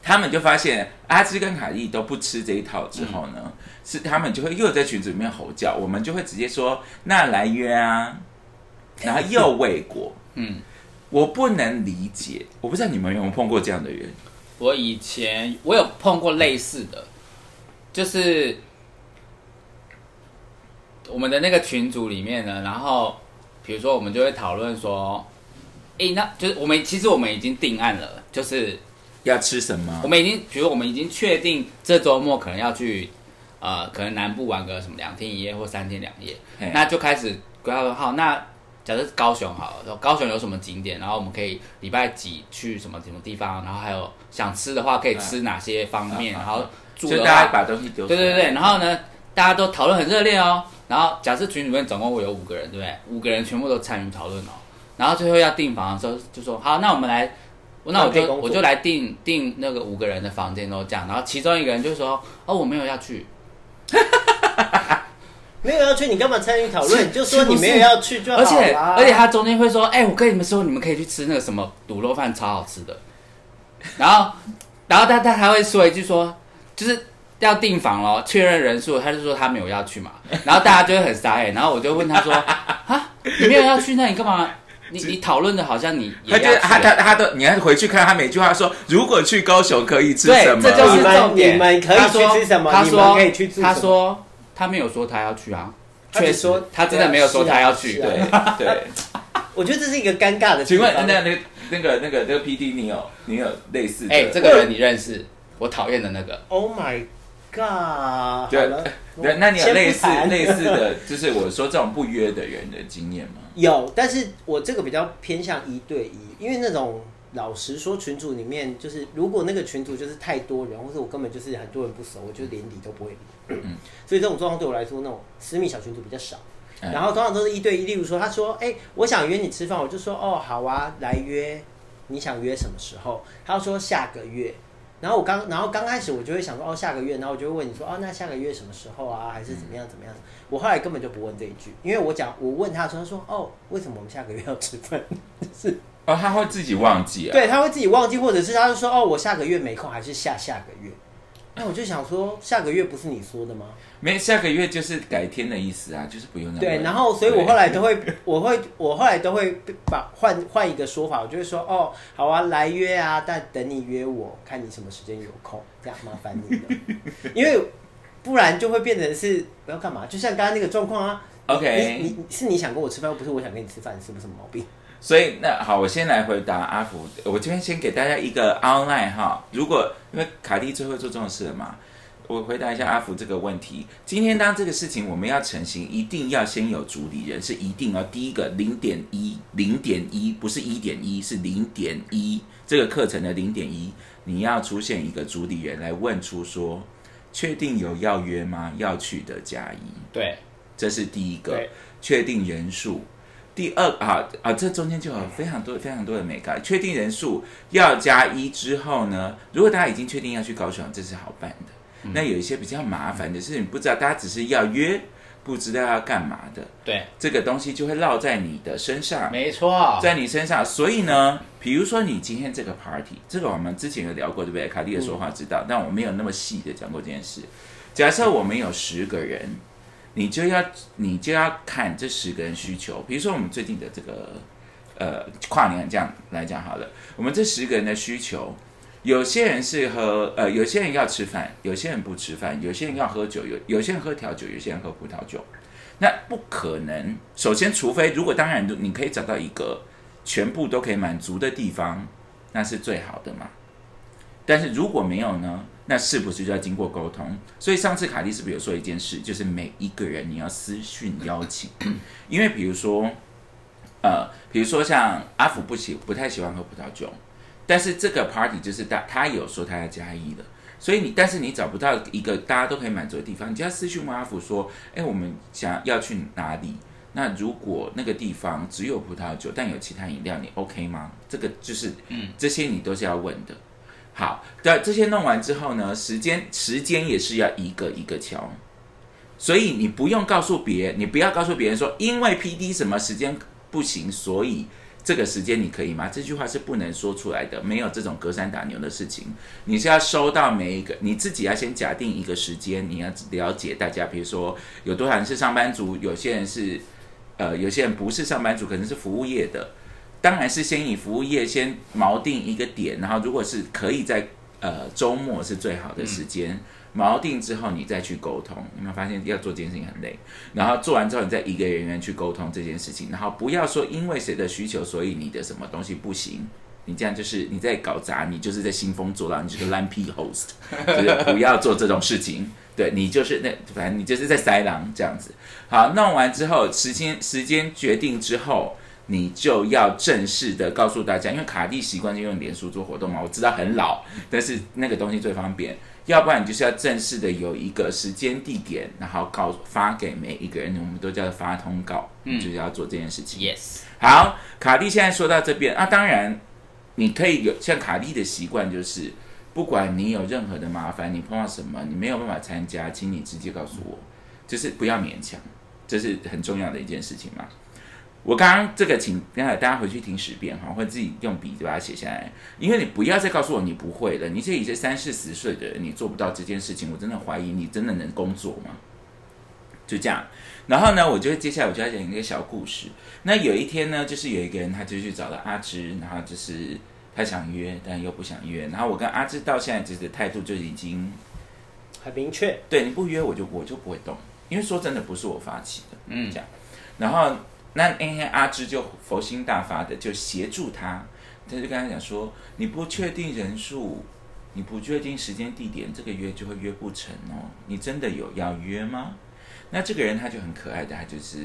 Speaker 2: 他们就发现阿芝跟卡莉都不吃这一套之后呢，是他们就会又在群组里面吼叫，我们就会直接说那来约啊，然后又未果，
Speaker 3: 嗯，
Speaker 2: 我不能理解，我不知道你们有没有碰过这样的人，
Speaker 3: 我以前我有碰过类似的，就是我们的那个群组里面呢，然后比如说我们就会讨论说，诶，那就是我们其实我们已经定案了，就是
Speaker 2: 要吃什么
Speaker 3: 我？们已经，比如我们已经确定这周末可能要去，呃，可能南部玩个什么两天一夜或三天两夜，
Speaker 2: 嘿
Speaker 3: 那就开始规划说好，那假设是高雄好了，高雄有什么景点，然后我们可以礼拜几去什么什么地方，然后还有想吃的话可以吃哪些方
Speaker 2: 嗯
Speaker 3: 面，
Speaker 2: 嗯嗯
Speaker 3: 然后住
Speaker 2: 就
Speaker 3: 的
Speaker 2: 大家
Speaker 3: 话，
Speaker 2: 把东西丢出
Speaker 3: 对
Speaker 2: 来，
Speaker 3: 对对，然后呢，大家都讨论很热烈哦。然后假设群里面总共我有五个人，对不对？五个人全部都参与讨论哦。然后最后要订房的时候就说好，那我们来，那我
Speaker 4: 分配
Speaker 3: 就
Speaker 4: 工作
Speaker 3: 我就来订订那个五个人的房间都这样。然后其中一个人就说哦，我没有要去，
Speaker 4: 没有要去，你干嘛参与讨论？
Speaker 3: 是
Speaker 4: 你就说你
Speaker 3: 是不是
Speaker 4: 没有要去就好
Speaker 3: 而且
Speaker 4: 啦
Speaker 3: 而且他中间会说，哎、我跟你们说，你们可以去吃那个什么卤肉饭，超好吃的。 然后，然后他他还会说一句说，就是要订房咯，确认人数，他就说他没有要去嘛。然后大家就会很傻眼，然后我就问他说， 啊，你没有要去，那你干嘛？你你讨论的好像你
Speaker 2: 他
Speaker 3: 也要
Speaker 2: 就
Speaker 3: 去啊
Speaker 2: 他他他都，你还回去看他每句话说，如果去高雄可以吃
Speaker 3: 对
Speaker 2: 什么？
Speaker 3: 这就是
Speaker 4: 你们
Speaker 3: 重点
Speaker 4: 你们可以
Speaker 3: 他说
Speaker 4: 去吃什么
Speaker 3: 他
Speaker 4: 你们
Speaker 3: 说
Speaker 4: 可以去住
Speaker 3: 他
Speaker 4: 什么
Speaker 3: 说他没有说他要去啊，
Speaker 4: 他只
Speaker 3: 确实
Speaker 4: 说
Speaker 3: 他真的没有说
Speaker 4: 对啊
Speaker 3: 他要去，
Speaker 4: 是啊
Speaker 2: 对 对。
Speaker 4: 我觉得这是一个尴尬的地
Speaker 2: 请
Speaker 4: 方。
Speaker 2: 问那那那个那个那个 P D，你有你有类似的？
Speaker 3: 哎、这个人你认识，我讨厌的那个。
Speaker 4: Oh my god！好
Speaker 2: 对
Speaker 4: 了，
Speaker 2: 那那你有
Speaker 4: 先不
Speaker 2: 类似
Speaker 4: 谈
Speaker 2: 类似的就是我说这种不约的人的经验吗？
Speaker 4: 有，但是我这个比较偏向一对一，因为那种老实说，群组里面就是如果那个群组就是太多人，或者我根本就是很多人不熟，我就连理都不会理。所以这种状况对我来说，那种私密小群组比较少。
Speaker 2: 嗯
Speaker 4: 然后通常都是一对一，例如说，他说：“哎、我想约你吃饭。”我就说：“哦，好啊，来约。你想约什么时候？”他说：“下个月。”然后我刚，然后刚开始我就会想说：“哦，下个月。”然后我就会问你说：“哦，那下个月什么时候啊？还是怎么样怎么样？”我后来根本就不问这一句，因为我讲我问他的时候，他说：“哦，为什么我们下个月要吃饭？” 就是
Speaker 2: 哦，他会自己忘记啊。
Speaker 4: 对，他会自己忘记，或者是他就说：“哦，我下个月没空，还是下下个月。”那我就想说，下个月不是你说的吗？
Speaker 2: 没下个月就是改天的意思啊，就是不用再
Speaker 4: 对，
Speaker 2: 问
Speaker 4: 然后所以我
Speaker 2: 对
Speaker 4: 后来都会，我会，我后来都会把换换一个说法，我就会说，哦，好啊，来约啊，但等你约我，看你什么时间有空，这样麻烦你了， 因为不然就会变成是我要干嘛？就像刚刚那个状况啊
Speaker 2: OK
Speaker 4: 你你你是你想跟我吃饭，又不是我想跟你吃饭，是不是什么毛病？
Speaker 2: 所以那好，我先来回答阿福。我这边先给大家一个 online 哈，如果因为卡蒂最会做这种事了嘛，我回答一下阿福这个问题。今天当这个事情我们要成型，一定要先有主理人，是一定哦。第一个零点一，零点一不是一点一，是零点一，这个课程的零点一，你要出现一个主理人来问出说，确定有要约吗？要去的加一。
Speaker 3: 对，
Speaker 2: 这是第一个
Speaker 4: 对
Speaker 2: 确定人数。第二啊啊，这中间就有非常多非常多的美感。确定人数要加一之后呢，如果大家已经确定要去高雄，这是好办的。那有一些比较麻烦的是，你不知道大家只是要约，不知道要干嘛的，
Speaker 3: 对，
Speaker 2: 这个东西就会落在你的身上，
Speaker 3: 没错，
Speaker 2: 在你身上。所以呢，比如说你今天这个 party，这个我们之前有聊过，对不对？卡蒂的说话知道，但我没有那么细的讲过这件事。假设我们有十个人，你就要你就要看这十个人需求。比如说我们最近的这个呃跨年这样来讲好了，我们这十个人的需求。有些人是喝，呃，有些人要吃饭，有些人不吃饭，有些人要喝酒，有有些人喝调酒，有些人喝葡萄酒。那不可能。首先，除非如果当然你可以找到一个全部都可以满足的地方，那是最好的嘛。但是如果没有呢，那是不是就要经过沟通？所以上次卡莉是不是有说一件事，就是每一个人你要私讯邀请，因为比如说，呃，比如说像阿福不喜不太喜欢喝葡萄酒，但是这个 party 就是大他有说他要加一的，所以你但是你找不到一个大家都可以满足的地方，你就要私讯问阿福说，哎，我们想要去哪里？那如果那个地方只有葡萄酒，但有其他饮料，你 OK 吗？这个就是，嗯，这些你都是要问的。好，对，这些弄完之后呢，时间时间也是要一个一个敲，所以你不用告诉别人，你不要告诉别人说，因为 P D 什么时间不行，所以这个时间你可以吗？这句话是不能说出来的，没有这种隔山打牛的事情。你是要收到每一个，你自己要先假定一个时间，你要了解大家，比如说有多少人是上班族，有些人是呃，有些人不是上班族，可能是服务业的。当然是先以服务业先锚定一个点，然后如果是可以在呃周末是最好的时间，锚定之后你再去沟通。你有没有发现要做这件事情很累？然后做完之后，你再一个人员去沟通这件事情，然后不要说因为谁的需求，所以你的什么东西不行。你这样就是你在搞砸，你就是在兴风作浪，你就是个烂屁 host，就是不要做这种事情。 对你就是那反正你就是在塞狼这样子。好，弄完之后，时间时间决定之后，你就要正式的告诉大家，因为卡蒂习惯就用脸书做活动嘛，我知道很老，但是那个东西最方便。要不然你就是要正式的有一个时间地点，然后告发给每一个人，我们都叫发通告，就是要做这件事情。
Speaker 3: ，yes，
Speaker 2: 好，卡蒂现在说到这边啊，当然你可以有像卡蒂的习惯，就是不管你有任何的麻烦，你碰到什么，你没有办法参加，请你直接告诉我，就是不要勉强，这是很重要的一件事情嘛。我刚刚这个请大家回去听十遍哈，或者自己用笔把它写下来，因为你不要再告诉我你不会了。你这已经三四十岁的人，你做不到这件事情，我真的怀疑你真的能工作吗？就这样，然后呢，我就接下来我就要讲一个小故事。那有一天呢，就是有一个人，他就去找了阿芝，然后就是他想约，但又不想约。然后我跟阿芝到现在其实态度就已经，
Speaker 4: 很明确，
Speaker 2: 对你不约我就我就不会动，因为说真的不是我发起的，
Speaker 3: 嗯
Speaker 2: 这样。然后那那天阿芝就佛心大发的就协助他，他就跟他讲说，你不确定人数，你不确定时间地点，这个约就会约不成哦。你真的有要约吗？那这个人他就很可爱的，他就是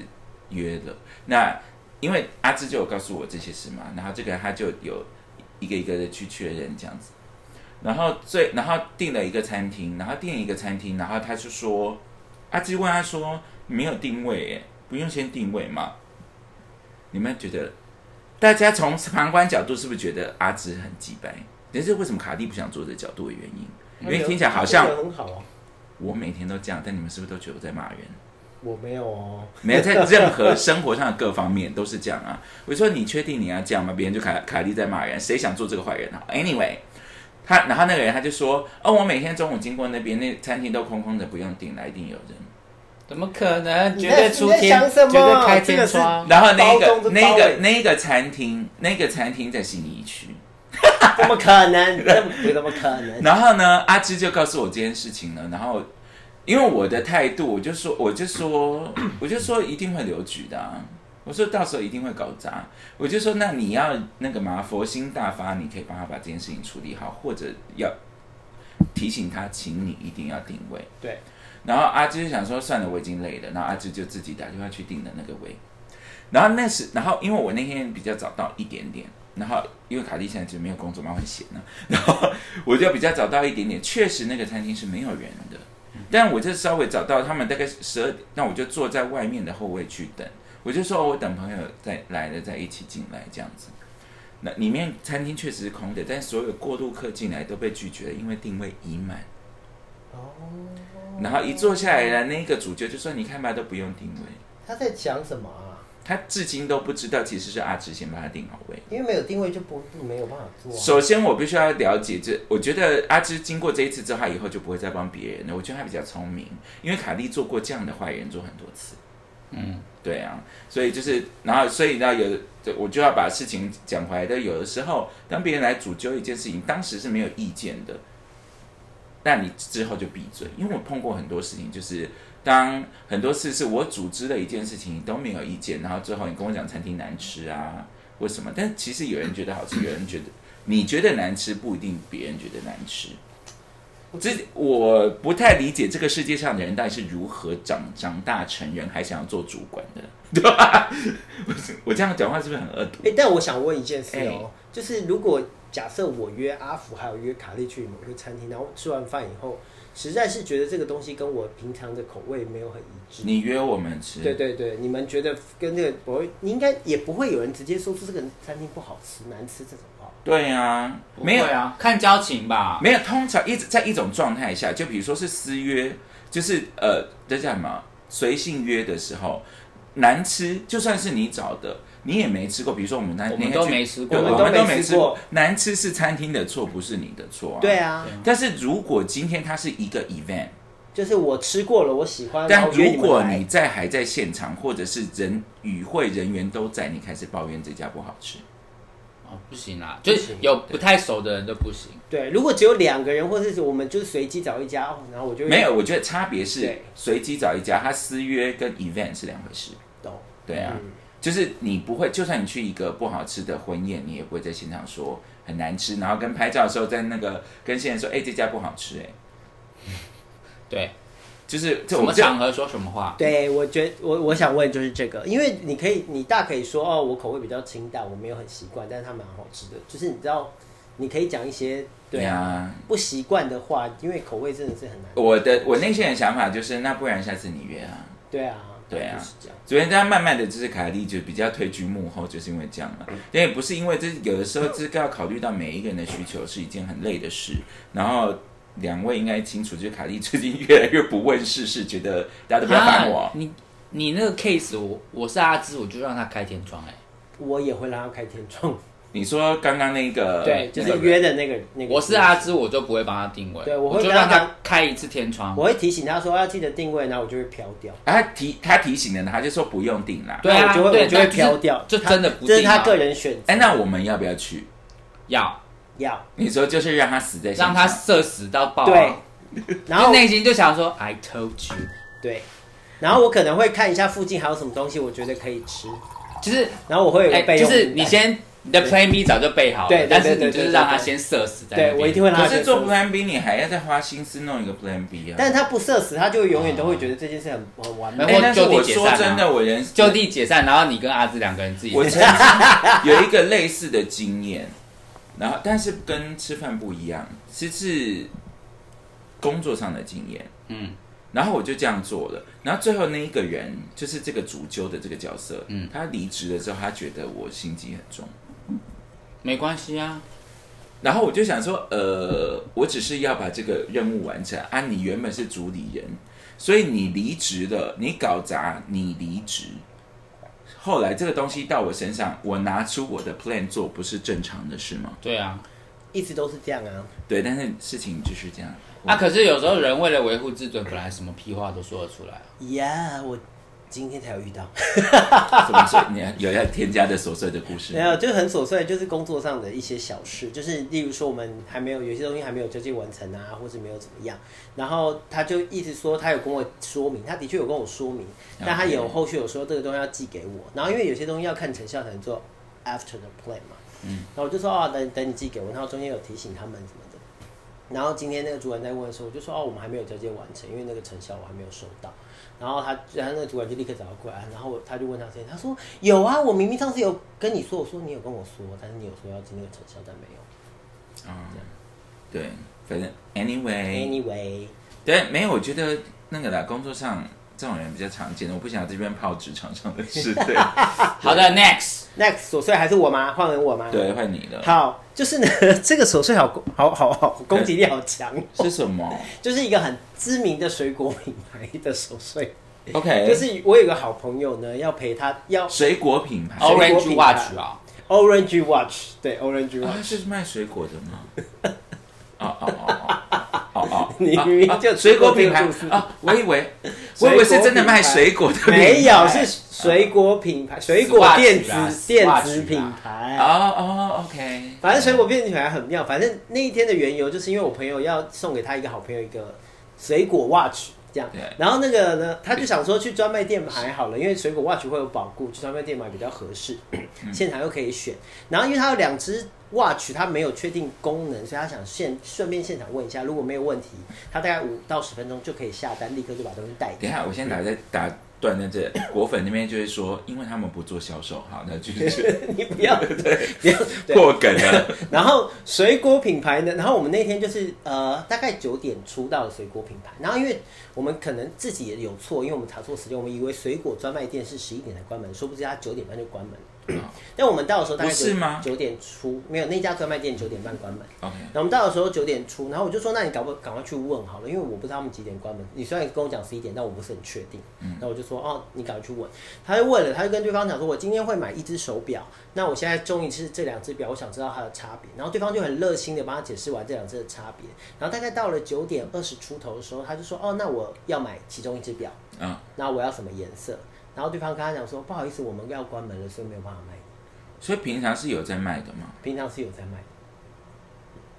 Speaker 2: 约了。那因为阿芝就有告诉我这些事嘛，然后这个人他就有一个一个的去确认这样子，然后最然后订了一个餐厅，然后订了一个餐厅，然后他就说，啊阿芝问他说没有定位耶，不用先定位嘛？你们觉得大家从旁观角度是不是觉得阿芝很鸡掰？这是为什么卡蒂不想做这角度的原因，因为听起来好像
Speaker 4: 我觉得很好啊，
Speaker 2: 我每天都这样，但你们是不是都觉得我在骂人？
Speaker 4: 我没有哦，
Speaker 2: 没 有在任何生活上的各方面都是这样啊。我说你确定你要这样吗？别人就卡卡莉在骂人，谁想做这个坏人啊？Anyway，他然后那个人他就说，哦，我每天中午经过那边那餐厅都空空的，不用订来，一定有人。
Speaker 3: 怎么可能？
Speaker 4: 你
Speaker 3: 绝
Speaker 4: 在
Speaker 3: 对出
Speaker 4: 你在
Speaker 3: 天，
Speaker 4: 想什么
Speaker 3: 绝对开
Speaker 4: 这个
Speaker 3: 天
Speaker 4: 是
Speaker 3: 窗。
Speaker 2: 然后那
Speaker 4: 包中
Speaker 2: 个
Speaker 4: 之包
Speaker 2: 那个
Speaker 4: 欸
Speaker 2: 那个餐厅那个餐厅在信义区，
Speaker 4: 怎么可能？怎么怎么可 能？
Speaker 2: 然后呢，阿芝就告诉我这件事情了。然后，因为我的态度，我就说，我就说， 我就说一定会留局的、啊。我说到时候一定会搞砸。我就说，那你要那个嘛，佛心大发，你可以帮他把这件事情处理好，或者要提醒他，请你一定要定位。
Speaker 4: 对，
Speaker 2: 然后阿芝就想说，算了，我已经累了。然后阿芝就自己打电话去订的那个位。然后那时，然后因为我那天比较早到一点点，然后因为卡莉现在就没有工作嘛，我很闲呢、然后我就比较早到一点点，确实那个餐厅是没有人的，但我就稍微找到他们大概十二点，那我就坐在外面的后位去等，我就说、哦我等朋友再来了再一起进来这样子。那里面餐厅确实是空的，但所有过路客进来都被拒绝了，因为定位已满。
Speaker 4: 哦
Speaker 2: 然后一坐下来了，那个主角就说：“你看吧，都不用定位。
Speaker 4: 他在讲什么啊？”
Speaker 2: 他至今都不知道，其实是阿直先帮他定好位。
Speaker 4: 因为没有定位就不没有办法做、啊。
Speaker 2: 首先，我必须要了解这，我觉得阿芝经过这一次之后，他以后就不会再帮别人了。我觉得他比较聪明，因为卡莉做过这样的坏人做很多次。
Speaker 3: 嗯，
Speaker 2: 对啊，所以就是，然后所以呢，有的我就要把事情讲回来的。有的时候，当别人来主纠一件事情，当时是没有意见的，那你之后就闭嘴。因为我碰过很多事情，就是当很多次是我组织了一件事情，你都没有意见，然后最后你跟我讲餐厅难吃啊，为什么？但其实有人觉得好吃，有人觉得你觉得难吃，不一定别人觉得难吃。这我不太理解这个世界上的人到底是如何长长大成人，还想要做主管的， 对吧？我我这样讲话是不是很恶毒？
Speaker 4: 哎、但我想问一件事
Speaker 2: 哎
Speaker 4: 哦、就是如果假设我约阿福还有约卡莉去某个餐厅，然后吃完饭以后，实在是觉得这个东西跟我平常的口味没有很一致。
Speaker 2: 你约我们吃，
Speaker 4: 对对对，你们觉得跟这个不会，你应该也不会有人直接说出这个餐厅不好吃、难吃这种话。
Speaker 2: 对啊，没有
Speaker 3: 不会啊，看交情吧。
Speaker 2: 没有，通常一直在一种状态下，就比如说是私约，就是呃，这叫什么？随性约的时候，难吃，就算是你找的，你也没吃过。比如说我们那
Speaker 3: 我们
Speaker 2: 那天
Speaker 3: 都
Speaker 2: 去
Speaker 3: 没吃
Speaker 2: 对
Speaker 3: 过
Speaker 4: 我们
Speaker 2: 我
Speaker 4: 都
Speaker 2: 们都
Speaker 4: 没
Speaker 2: 没
Speaker 4: 吃
Speaker 2: 吃
Speaker 4: 过
Speaker 2: 过。难吃是餐厅的错，不是你的错啊。
Speaker 4: 对。啊，
Speaker 2: 但是如果今天它是一个 event，
Speaker 4: 就是我吃过了，我喜欢。然
Speaker 2: 但
Speaker 4: 后约
Speaker 2: 如
Speaker 4: 你们
Speaker 2: 果
Speaker 4: 来
Speaker 2: 你在还在现场，或者是人与会人员都在，你开始抱怨这家不好吃，
Speaker 3: 哦，不行啦，就是有不太熟的人都不行。
Speaker 4: 对，如果只有两个人，或者是我们就是随机找一家，哦然后我就
Speaker 2: 没有，我觉得差别是
Speaker 4: 对
Speaker 2: 随机找一家，它私约跟 event 是两回事。
Speaker 4: 懂。
Speaker 2: 对啊，
Speaker 4: 嗯
Speaker 2: 就是你不会，就算你去一个不好吃的婚宴，你也不会在现场说很难吃，然后跟拍照的时候在那个跟新人说，哎、这家不好吃、哎，
Speaker 3: 对，
Speaker 2: 就是这
Speaker 3: 什
Speaker 2: 我
Speaker 3: 么
Speaker 2: 们这
Speaker 3: 场合说什么话？
Speaker 4: 对，我觉得我我想问就是这个，因为你可以，你大可以说哦，我口味比较清淡，我没有很习惯，但是它蛮好吃的。就是你知道，你可以讲一些对
Speaker 2: 对
Speaker 4: 啊
Speaker 2: 啊。
Speaker 4: 不习惯的话，因为口味真的是很难。
Speaker 2: 我的我内心的想法就是，那不然下次你约啊。
Speaker 4: 对啊，
Speaker 2: 对啊
Speaker 4: 就是这样。
Speaker 2: 昨天大家慢慢的就是凯莉就比较推居幕后，就是因为这样了。但也不是因为这有的时候这个要考虑到每一个人的需求是一件很累的事。然后两位应该清楚，就是凯莉最近越来越不问世事，觉得大家都不要烦我
Speaker 3: 啊。你你那个 case，我我是阿芝，我就让他开天窗哎、
Speaker 4: 我也会让他开天窗，
Speaker 2: 你说刚刚那个
Speaker 4: 对，啊就
Speaker 2: 那
Speaker 4: 是
Speaker 2: 个
Speaker 4: 约的那个那个。
Speaker 3: 我是阿，芝，我就不会帮他定位，
Speaker 4: 对我
Speaker 3: 我
Speaker 4: 会
Speaker 3: 就
Speaker 4: 跟他
Speaker 3: 让他
Speaker 4: 讲
Speaker 3: 开一次天窗
Speaker 4: 我。会提醒他说要记得定位，然后我就会飘掉。
Speaker 2: 他提他提醒了，他就说不用定啦。
Speaker 3: 对
Speaker 4: 那我
Speaker 3: 啊，
Speaker 4: 就会
Speaker 3: 对，
Speaker 4: 我就会
Speaker 3: 那是
Speaker 4: 飘掉
Speaker 3: 就真的不定
Speaker 4: 这
Speaker 3: 啊
Speaker 4: 是他个人选择。
Speaker 2: 哎，那我们要不要去？
Speaker 3: 要
Speaker 4: 要
Speaker 2: 你说就是让他死在现场
Speaker 3: 让他射死到爆、啊，
Speaker 4: 对，然后
Speaker 3: 就内心就想说 I told you，
Speaker 4: 对，然后我可能会看一下附近还有什么东西，我觉得可以吃，
Speaker 3: 就是
Speaker 4: 然后我会有
Speaker 3: 哎、
Speaker 4: 个备
Speaker 3: 就
Speaker 4: 用、
Speaker 3: 是你，先你的 Plan B 早就备好了，
Speaker 4: 对对对
Speaker 3: 但是你
Speaker 4: 对对
Speaker 3: 就是
Speaker 4: 对
Speaker 3: 让他
Speaker 4: 对
Speaker 3: 先射死在那
Speaker 4: 对
Speaker 3: 边。
Speaker 4: 我一定会让
Speaker 2: 可
Speaker 4: 他
Speaker 2: 是
Speaker 4: 先
Speaker 2: 做
Speaker 4: 做。
Speaker 2: Plan B，你还要再花心思弄一个 Plan B 啊。
Speaker 4: 但是他不社死，他就永远都会觉得这件事很很完美。
Speaker 2: 哎，但是
Speaker 3: 就地
Speaker 2: 我
Speaker 3: 解
Speaker 2: 说
Speaker 3: 散啊
Speaker 2: 真的，我人
Speaker 3: 就地解散，然后你跟阿芝两个人自己。
Speaker 2: 我曾 经有一个类似的经验，然后但是跟吃饭不一样，是是工作上的经验。
Speaker 3: 嗯，
Speaker 2: 然后我就这样做了，然后最后那一个人就是这个主揪的这个角色，
Speaker 3: 嗯
Speaker 2: 他离职了之后，他觉得我心机很重，
Speaker 3: 没关系啊，
Speaker 2: 然后我就想说，呃，我只是要把这个任务完成啊。你原本是主理人，所以你离职了，你搞砸，你离职。后来这个东西到我身上，我拿出我的 plan 做，不是正常的事吗？
Speaker 3: 对啊，
Speaker 4: 一直都是这样啊，
Speaker 2: 对，但是事情就是这样。
Speaker 3: 啊，可是有时候人为了维护自尊，本来什么屁话都说得出来啊。
Speaker 4: 呀、我今天才有遇到，
Speaker 2: 怎么说？你有要添加的琐碎的故事？
Speaker 4: 没有，就很琐碎，就是工作上的一些小事，就是例如说我们还没有有些东西还没有交接完成啊，或者没有怎么样，然后他就一直说他有跟我说明，他的确有跟我说明，但他有后续有说这个东西要寄给我，然后因为有些东西要看成效才能做 after the plan 嘛，嗯，然后我就说哦，等等你寄给我，然后中间有提醒他们什么的，然后今天那个主管在问的时候，我就说哦，我们还没有交接完成，因为那个成效我还没有收到。然后他，然后那个主管就立刻找他过来，然后我他就问他事情，他说有啊，我明明上次有跟你说，我说你有跟我说，但是你有说要进那个成效，但没有。
Speaker 2: 啊、对，反正 anyway，
Speaker 4: Anyway，
Speaker 2: 对，没有，我觉得那个啦，工作上这种人比较常见的，我不想在这边泡职场上的事。对，
Speaker 3: 好的，next，
Speaker 4: next 琐碎还是我吗？换成我吗？
Speaker 2: 对，换你了。
Speaker 4: 好，就是呢，这个手碎好攻好好好攻击力好强哦、
Speaker 2: 是什么
Speaker 4: 就是一个很知名的水果品牌的手碎。
Speaker 2: ？OK，
Speaker 4: 就是我有个好朋友呢，要陪他要
Speaker 2: 水果品牌。
Speaker 4: 哦水果
Speaker 3: Orange
Speaker 4: 品牌
Speaker 3: Watch 啊，
Speaker 4: Orange Watch，对 Orange
Speaker 2: 啊，
Speaker 4: Watch，、
Speaker 2: 他是卖水果的 吗？哦哦哦哦哦哦！
Speaker 4: 你
Speaker 2: 啊
Speaker 4: 明明
Speaker 2: 啊
Speaker 4: 就
Speaker 2: 水果品
Speaker 4: 吃
Speaker 2: 牌
Speaker 4: 过这个
Speaker 2: 啊，我以 为我以为是真的卖水果的品牌，
Speaker 4: 没有是水果品
Speaker 2: 啊
Speaker 4: 牌，水果电子、
Speaker 3: Swatch
Speaker 4: 电
Speaker 3: 啊
Speaker 4: 子
Speaker 3: Swatch 啊
Speaker 4: 品牌。
Speaker 2: 哦哦，OK，
Speaker 4: 反正水果电子品牌很妙，反正那一天的缘由就是因为我朋友要送给他一个好朋友一个水果 watch。这样
Speaker 2: 对，
Speaker 4: 然后那个呢，他就想说去专卖店买好了，因为水果 watch 会有保固，去专卖店买比较合适，现场又可以选。然后因为他有两只 watch，他没有确定功能，所以他想现顺便现场问一下，如果没有问题，他大概五到十分钟就可以下单，立刻就把东西带走
Speaker 2: 等。一下，我先打在打断在这，果粉那边就是说，因为他们不做销售，好，那就是
Speaker 4: 你不要，不要， 对，
Speaker 2: 破梗 了。
Speaker 4: 然后水果品牌呢，然后我们那天就是呃大概九点出到的水果品牌，然后因为我们可能自己也有错，因为我们查错时间，我们以为水果专卖店是十一点才关门，殊不知它九点半就关门。但我们到的时候大概
Speaker 2: 不是吗
Speaker 4: 九点出，没有那家专卖店九点半关门。
Speaker 2: OK，
Speaker 4: 然后我们到的时候九点出，然后我就说，那你赶快赶快去问好了，因为我不知道他们几点关门。你虽然跟我讲十一点，但我不是很确定。
Speaker 2: 嗯
Speaker 4: 那我就说，哦，你赶快去问。他就问了，他就跟对方讲说，我今天会买一只手表，那我现在中一是这两只表，我想知道它的差别。然后对方就很热心的帮他解释完这两只的差别。然后大概到了九点二十出头的时候，他就说，哦，那我要买其中一只表，
Speaker 2: 嗯，
Speaker 4: 那我要什么颜色？然后对方跟他讲说，不好意思，我们要关门了，所以没有办法卖。
Speaker 2: 所以平常是有在卖的嘛，
Speaker 4: 平常是有在卖的。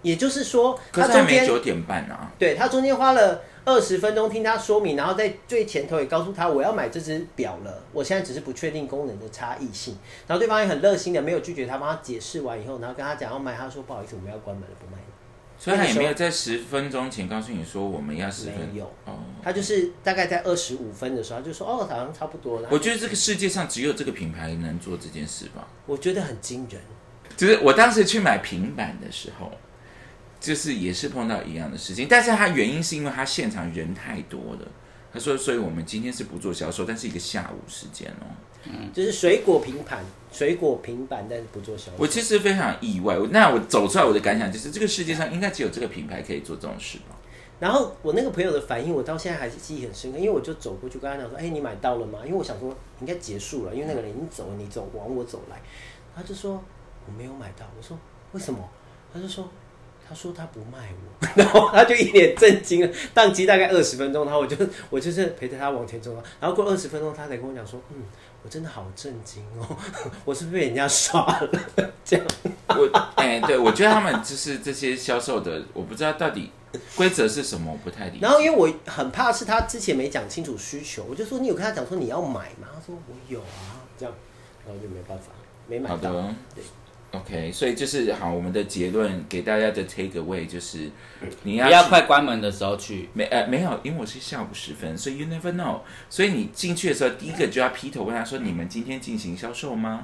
Speaker 4: 也就是说，
Speaker 2: 可
Speaker 4: 他
Speaker 2: 是还
Speaker 4: 中
Speaker 2: 没
Speaker 4: 间
Speaker 2: 九点半啊。
Speaker 4: 对他中间花了二十分钟听他说明，然后在最前头也告诉他我要买这只表了，我现在只是不确定功能的差异性。然后对方也很热心的没有拒绝他，帮他解释完以后，然后跟他讲要哦买，他说不好意思，我们要关门了，不卖了。
Speaker 2: 所以他也没有在十分钟前告诉你说我们要十分
Speaker 4: 没有
Speaker 2: 哦。
Speaker 4: 他就是大概在二十五分的时候，他就说哦，好像差不多了。
Speaker 2: 我觉得这个世界上只有这个品牌能做这件事吧。
Speaker 4: 我觉得很惊人，
Speaker 2: 就是我当时去买平板的时候，就是也是碰到一样的事情，但是他原因是因为他现场人太多了。他说：“所以我们今天是不做销售，但是一个下午时间哦。
Speaker 4: 就是水果平板，水果平板，但是不做销售
Speaker 2: 我。其实非常意外。我那我走出来，我的感想就是，这个世界上应该只有这个品牌可以做这种事吧？
Speaker 4: 然后我那个朋友的反应，我到现在还是记忆很深刻，因为我就走过去跟他讲说：“哎、你买到了吗？”因为我想说应该结束了，因为那个人已经走了，你走往我走来，他就说我没有买到。我说为什么？他就说他说他不卖我， 然后他就一脸震惊了，宕机大概二十分钟，然后我就我就是陪着他往前走啊，然后过二十分钟他才跟我讲说：“嗯，我真的好震惊哦， 我是不是被人家耍了？” 这样
Speaker 2: 我哎、对，我觉得他们就是这些销售的，我不知道到底规则是什么，我不太理解。
Speaker 4: 然后因为我很怕是他之前没讲清楚需求，我就说你有跟他讲说你要买吗？他说我有啊，这样，然后就没办法，没买
Speaker 2: 好
Speaker 4: 到。
Speaker 2: 的
Speaker 4: 对
Speaker 2: ，OK，所以就是好，我们的结论给大家的 take away 就是，你
Speaker 3: 不
Speaker 2: 要
Speaker 3: 要
Speaker 2: 去
Speaker 3: 快关门的时候去。
Speaker 2: 没呃没有，因为我是下午时分，所以 you never know。所以你进去的时候，第一个就要劈头问他说：“你们今天进行销售吗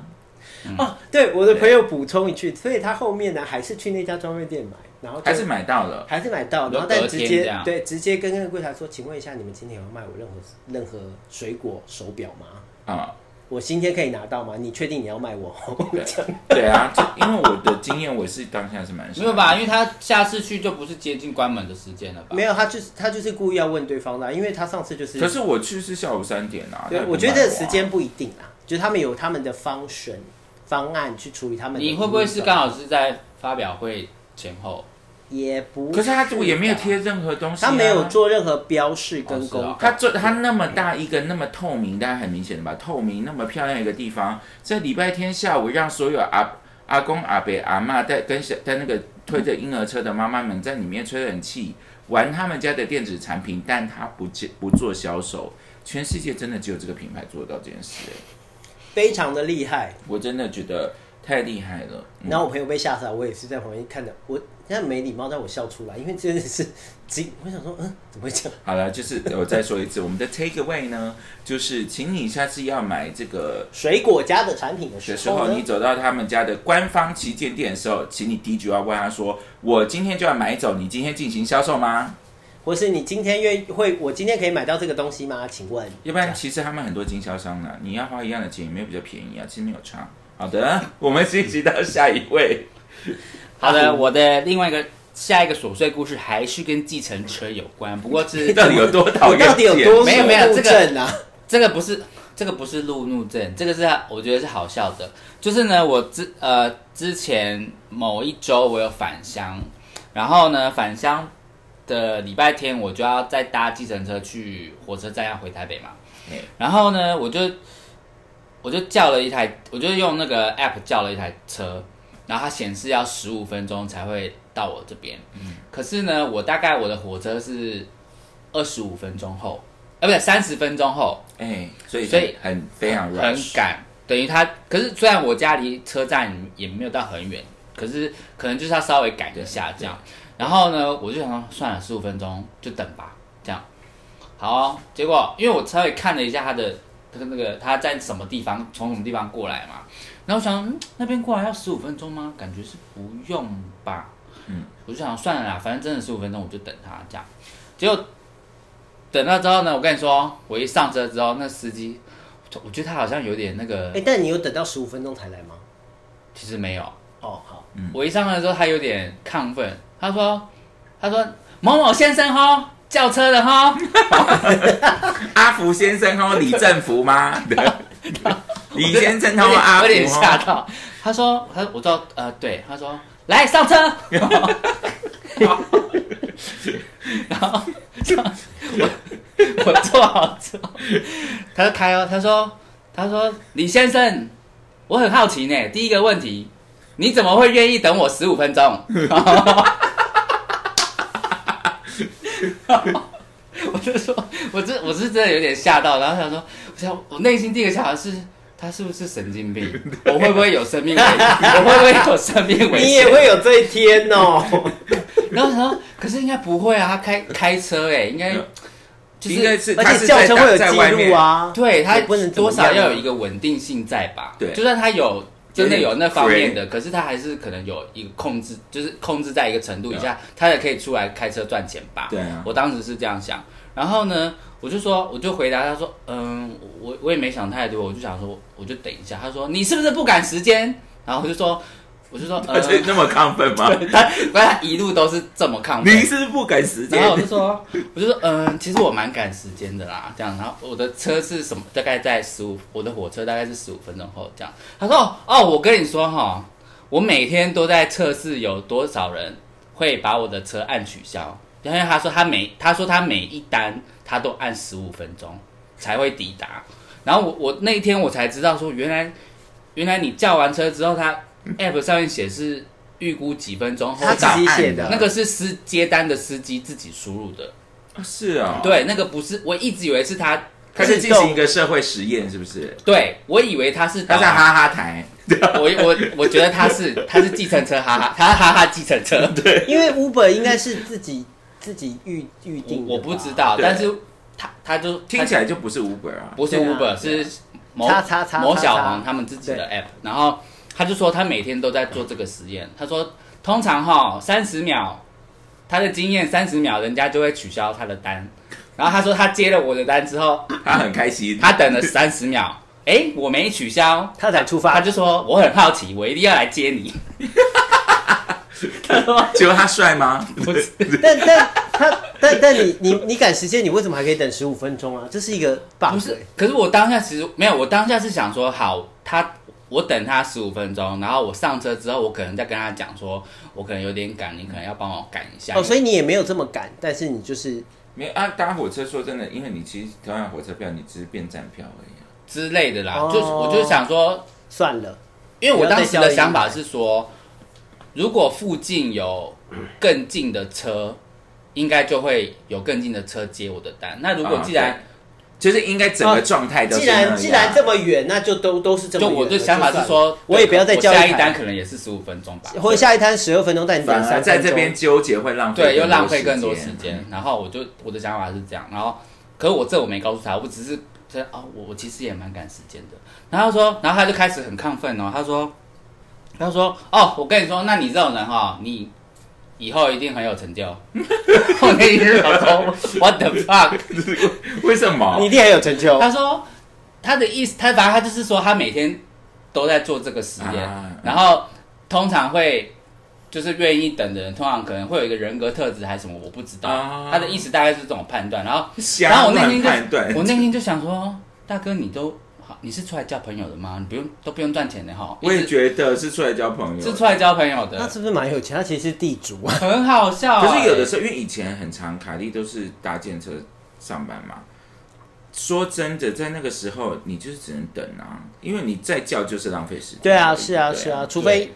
Speaker 4: 哦，对，我的朋友补充一句，所以他后面呢还是去那家专卖店买，然后？”就
Speaker 2: 还是买到了？
Speaker 4: 还是买到，
Speaker 3: 就
Speaker 4: 然后但
Speaker 3: 隔
Speaker 4: 直
Speaker 3: 天这
Speaker 4: 接
Speaker 3: 样
Speaker 4: 对直接跟那个柜台说，请问一下你们今天有卖我任何任何水果手表吗？
Speaker 2: 啊、
Speaker 4: 我今天可以拿到吗？你确定你要卖我？
Speaker 2: 对对啊， 就因为我的经验，我是当下是蛮
Speaker 3: 没有吧？因为他下次去就不是接近关门的时间了吧？
Speaker 4: 没有，他就是他就是故意要问对方的啊，因为他上次就是
Speaker 2: 可是我去是下午三点啊，
Speaker 4: 对
Speaker 2: 那，也不
Speaker 4: 我觉得
Speaker 2: 买啊
Speaker 4: 时间不一定啦，就是他们有他们的方选方案去处理他们的疑
Speaker 3: 你
Speaker 4: 虑吧。
Speaker 3: 会不会是刚好是在发表会前后？
Speaker 4: 也不？啊
Speaker 2: 可是他我也没有，贴任何东西、啊
Speaker 4: 他没有，做任何标示
Speaker 3: 哦
Speaker 4: 跟
Speaker 3: 是
Speaker 4: 公
Speaker 3: 哦
Speaker 4: 告。
Speaker 2: 他做他那么大一个那么透明，大家很明显的吧？透明那么漂亮一个地方，在礼拜天下午让所有阿阿公阿伯阿嬷带跟小带那个推着婴儿车的妈妈们在里面吹冷气，玩他们家的电子产品，但他不接不做销售。全世界真的只有这个品牌做到这件事、欸，
Speaker 4: 非常的厉害。
Speaker 2: 我真的觉得太厉害了。嗯
Speaker 4: 然后我朋友被吓死了，我也是在旁边看的，我现在没礼貌，但我笑出来，因为真的是惊， 我想说，嗯，怎么会这样？
Speaker 2: 好了，就是我再说一次，我们的 take away 呢，就是请你下次要买这个
Speaker 4: 水果家的产品的
Speaker 2: 的
Speaker 4: 时
Speaker 2: 时
Speaker 4: 候
Speaker 2: 候，
Speaker 4: 呢
Speaker 2: 你走到他们家的官方旗舰店的时候，请你第一句要问他说：“我今天就要买走，你今天进行销售吗
Speaker 4: 或是你今天愿意会，我今天可以买到这个东西吗？请问？”，
Speaker 2: 要不然，其实他们很多经销商呢，你要花一样的钱，也没有比较便宜啊，其实没有差。好的，我们学习到下一位。
Speaker 3: 好的，我的另外一个下一个琐碎故事还是跟计程车有关，不过是
Speaker 2: 到底有多讨
Speaker 4: 我
Speaker 2: 厌见？
Speaker 4: 到底有多
Speaker 3: 没有没有这个
Speaker 4: 正啊？
Speaker 3: 这个不是这个不是路怒症，这个是我觉得是好笑的。就是呢，我之呃之前某一周我有返乡，然后呢返乡的礼拜天我就要再搭计程车去火车站要回台北嘛
Speaker 2: 嗯，
Speaker 3: 然后呢我就我就叫了一台，我就用那个 app 叫了一台车，然后它显示要十五分钟才会到我这边，可是呢我大概我的火车是二十五分钟后。呃，不对，三十分钟后，
Speaker 2: 哎、所以
Speaker 3: 所以
Speaker 2: 很很非常 rush，
Speaker 3: 很赶，等于他。可是虽然我家离车站也没有到很远，可是可能就是要稍微赶一下这样。然后呢，我就想说算了，十五分钟就等吧，这样。好啊、结果因为我稍微看了一下他的他的那个他在什么地方，从什么地方过来嘛。然后我想，嗯，那边过来要十五分钟吗？感觉是不用吧。
Speaker 2: 嗯，
Speaker 3: 我就想算了啦，反正真的十五分钟，我就等他这样。结果等到之后呢，我跟你说，我一上车之后，那司机，我觉得他好像有点那个，
Speaker 4: 哎，但你有等到十五分钟才来吗？
Speaker 3: 其实没有。
Speaker 4: 哦，好，
Speaker 3: 我一上车之后，他有点亢奋，他说，他说某某先生哈，叫车的哈。
Speaker 2: 阿福先生哦，李正福吗？对李先生哦，阿福
Speaker 3: 有点吓
Speaker 2: 哦，
Speaker 3: 到。他说，他我知道，呃，对，他说来上车， 然后然后我 我坐好之后，他就开哦，他说他说李先生，我很好奇呢，第一个问题，你怎么会愿意等我十五分钟？ 然后我就说，我这我是真的有点吓到，然后想说，我想我内心第一个想法是，他是不是神经 病？我会不会有生命危？我会不会有生命危
Speaker 4: 你
Speaker 3: 险
Speaker 4: 也？会有这一天 哦。
Speaker 3: 然后想说，可是应该不会啊，他开开车哎、应该就
Speaker 2: 应该
Speaker 3: 是
Speaker 2: 是
Speaker 4: 而
Speaker 2: 他
Speaker 4: 且
Speaker 2: 是
Speaker 4: 轿
Speaker 2: 在
Speaker 4: 车会有
Speaker 2: 在外
Speaker 4: 记
Speaker 2: 面
Speaker 4: 录，啊，
Speaker 3: 对他
Speaker 4: 也不能怎么
Speaker 3: 多
Speaker 4: 样啊
Speaker 3: 少要有一个稳定性在吧？
Speaker 2: 对
Speaker 3: 就算他有。真的有那方面的，可是他还是可能有一个控制，就是控制在一个程度以
Speaker 4: 啊
Speaker 3: 下，他也可以出来开车赚钱吧？
Speaker 2: 对啊
Speaker 3: 我当时是这样想。然后呢，我就说，我就回答他说，嗯，我我也没想太多，我就想说，我就等一下。他说你是不是不赶时间？然后我就说，我就说，
Speaker 2: 而
Speaker 3: 呃，
Speaker 2: 且那么亢奋吗？
Speaker 3: 他反正他一路都是这么亢奋。
Speaker 2: 你是不是不赶时间
Speaker 3: 然，后我就说，我就说，嗯，其实我蛮赶时间的啦，这样。然后我的车是什么？大概在十五，我的火车大概是十五分钟后这样。他说，哦哦，我跟你说哈，我每天都在测试有多少人会把我的车按取消，因为他说他每他说他每一单他都按十五分钟才会抵达。然后我我那一天我才知道说，原来原来你叫完车之后，他 app 上面显示预估几分钟后
Speaker 4: 他自
Speaker 3: 到。
Speaker 4: 己写的
Speaker 3: 那个是司接单的司机自己输入的，
Speaker 2: 啊是啊，，
Speaker 3: 对，那个不是，我一直以为是他，
Speaker 2: 他是进行一个社会实验，是不是？
Speaker 3: 对我以为他是
Speaker 2: 他
Speaker 3: 导
Speaker 2: 在
Speaker 3: 航，
Speaker 2: 哈哈台，
Speaker 3: 我我我觉得他是他是计程车，哈哈，他哈哈计程车，对，
Speaker 4: 因为 Uber 应该是自己自己预预定
Speaker 3: 我
Speaker 4: 的吧
Speaker 3: 不知，道，
Speaker 2: 对
Speaker 3: 但是他他就
Speaker 2: 听起来就不是 Uber 啊
Speaker 3: 他，不是
Speaker 4: 对啊
Speaker 3: Uber，是某
Speaker 4: 叉叉叉
Speaker 3: 某
Speaker 4: 叉
Speaker 3: 小
Speaker 4: 叉
Speaker 3: 黄他们自己的 app，然后他就说他每天都在做这个实验，他说通常哈三十秒，他的经验三十秒人家就会取消他的单，然后他说他接了我的单之后。
Speaker 2: 他很开心，
Speaker 3: 他等了三十秒，诶，我没取消，
Speaker 4: 他才出
Speaker 3: 他
Speaker 4: 发，
Speaker 3: 就说我很好奇，我一定要来接你。他说
Speaker 2: 结果他帅吗？
Speaker 3: 不是，
Speaker 4: 但但他但但你你你赶时间，你为什么还可以等十五分钟啊？这是一个 bug，
Speaker 3: 不是，可是我当下其实没有，我当下是想说，好，他我等他十五分钟，然后我上车之后，我可能再跟他讲说，我可能有点赶，你可能要帮我赶一下。
Speaker 4: 哦，所以你也没有这么赶，但是你就是
Speaker 2: 没有啊，搭火车说真的，因为你其实同样火车票，你只是变站票而已啊。
Speaker 3: 之类的啦，
Speaker 4: 哦
Speaker 3: 就是我就想说，
Speaker 4: 算了，
Speaker 3: 因为我当时的想法是说，如果附近有更近的车，应该就会有更近的车接我的单。那如果既然、
Speaker 2: 啊就是应该整个状态都
Speaker 4: 既
Speaker 2: 是那样
Speaker 4: 然既然这么远，那就都都是这么
Speaker 3: 啊就
Speaker 4: 远了。
Speaker 3: 我的想法
Speaker 4: 就是算了，
Speaker 3: 说，
Speaker 4: 我也不要再叫
Speaker 3: 我下
Speaker 4: 一
Speaker 3: 一
Speaker 4: 台
Speaker 3: 单可能也是十五分钟吧，
Speaker 4: 或者下一摊十二分钟，但你等
Speaker 2: 反而
Speaker 4: 三
Speaker 2: 啊在这边纠结会浪费
Speaker 3: 对，
Speaker 2: 更多
Speaker 3: 又浪费更多时
Speaker 2: 嗯
Speaker 3: 间。然后我就我的想法是这样，然后可是我这我没告诉他，我只是在哦，我我其实也蛮赶时间的。然后他说，然后他就开始很亢奋哦，他说，他说哦，我跟你说，那你这种人哈、你以后一定很有成就。 我那一天想说，what the fuck？
Speaker 2: 为什么？
Speaker 4: 你一定很有成就。
Speaker 3: 他说他的意思，他反正他就是说他每天都在做这个实验，
Speaker 2: 啊
Speaker 3: 然后通常会就是愿意等的人，通常可能会有一个人格特质还是什么，我不知道。
Speaker 2: 啊
Speaker 3: 他的意思大概是这种判断。然后，
Speaker 2: 瞎
Speaker 3: 然后我那
Speaker 2: 乱
Speaker 3: 天
Speaker 2: 判断
Speaker 3: 就我那天就想说，大哥你都好，你是出来交朋友的吗？你不用都不用赚钱的哈，
Speaker 2: 我也
Speaker 3: 一直
Speaker 2: 觉得是出来交朋友，
Speaker 3: 是出来交朋友
Speaker 4: 那
Speaker 3: 的，
Speaker 4: 是不是蛮有钱？他其实是地主啊。
Speaker 3: 很好笑、欸
Speaker 2: 可是有的
Speaker 3: 候，
Speaker 2: 时候，因为以前很长，凯莉都是搭建车上班嘛。说真的，在那个时候，你就是只能等啊，因为你再叫就是浪费时间。
Speaker 4: 对啊，是啊，
Speaker 2: 对
Speaker 4: 是啊，除非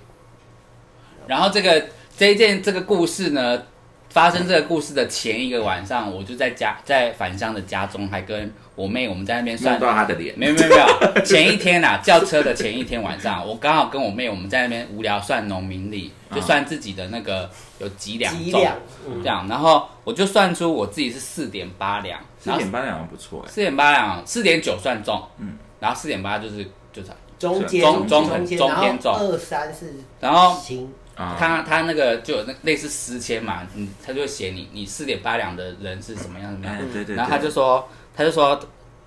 Speaker 3: 然后这个这一件这个故事呢，发生这个故事的前一个晚上，我就在家在返乡的家中，还跟我妹我们在那边算
Speaker 2: 摸到他的脸，
Speaker 3: 啊没有没有没 有，前一天啊，叫车的前一天晚上，我刚好跟我妹我们在那边无聊算农民历，
Speaker 2: 啊
Speaker 3: 就算自己的那个有几两
Speaker 4: 几
Speaker 3: 重
Speaker 4: 两，
Speaker 3: 这样，然后我就算出我自己是四点八两，
Speaker 2: 四
Speaker 3: 然后
Speaker 2: 点八两好像不错哎、
Speaker 3: 四点八两四点九算重，
Speaker 2: 嗯
Speaker 3: 嗯，然后四点八就是就是，
Speaker 4: 中间
Speaker 2: 中中
Speaker 4: 中间，
Speaker 3: 中哦
Speaker 4: 然后
Speaker 3: 偏中
Speaker 4: 二三是
Speaker 3: 然后
Speaker 4: 行，
Speaker 2: 啊，
Speaker 3: 他他那个就有那类似诗签嘛，你他就会写你你四点八两的人是什么样什么样
Speaker 2: 哎，对对对，
Speaker 3: 嗯然后他就说，他就说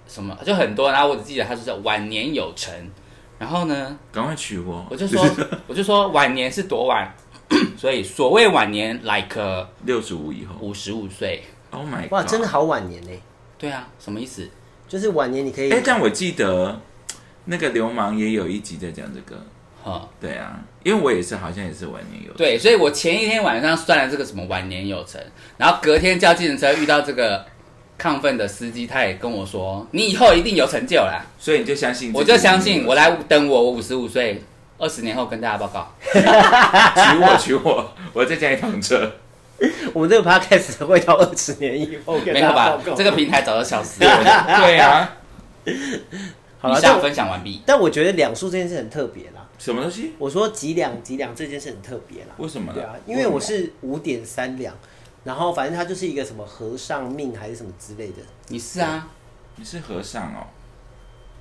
Speaker 3: 什么就很多，然后我只记得他就叫晚年有成，然后呢，
Speaker 2: 赶快娶我，
Speaker 3: 我就 说我就说晚年是多晚， 所以所谓晚年，like
Speaker 2: 六十五以后
Speaker 3: 五十五岁，
Speaker 2: ，Oh my god，
Speaker 4: 哇，真的。好晚年呢。
Speaker 3: 对啊，什么意思？
Speaker 4: 就是晚年你可以
Speaker 2: 哎、，但我记得那个流氓也有一集在讲这个，
Speaker 3: 哈，
Speaker 2: 对啊，因为我也是好像也是晚年有，
Speaker 3: 对，所以我前一天晚上算了这个什么晚年有成，然后隔天叫计程车遇到这个亢奋的司机，他也跟我说，你以后一定有成就啦。
Speaker 2: 所以你就相信，
Speaker 3: 我就相信，我来等我，我五十五岁，二十年后跟大家报告。
Speaker 2: 娶我娶我，我在家里躺 着。
Speaker 4: 我们这个 podcast 会到二十年以后跟
Speaker 3: 没有
Speaker 4: 大家
Speaker 3: 吧
Speaker 4: 报？告
Speaker 3: 这个平台早就消失了。
Speaker 2: 对啊，
Speaker 4: 好
Speaker 3: 以
Speaker 4: 了，但
Speaker 3: 上
Speaker 4: 我
Speaker 3: 分享完毕。
Speaker 4: 但我觉得两数这件事很特别啦。
Speaker 2: 什么东西？
Speaker 4: 我说几两几两这件事很特别啦。
Speaker 2: 为什么呢
Speaker 4: 对啊，因为我是五点三两，然后反正他就是一个什么和尚命还是什么之类的，
Speaker 3: 你是啊，
Speaker 2: 你是和尚哦，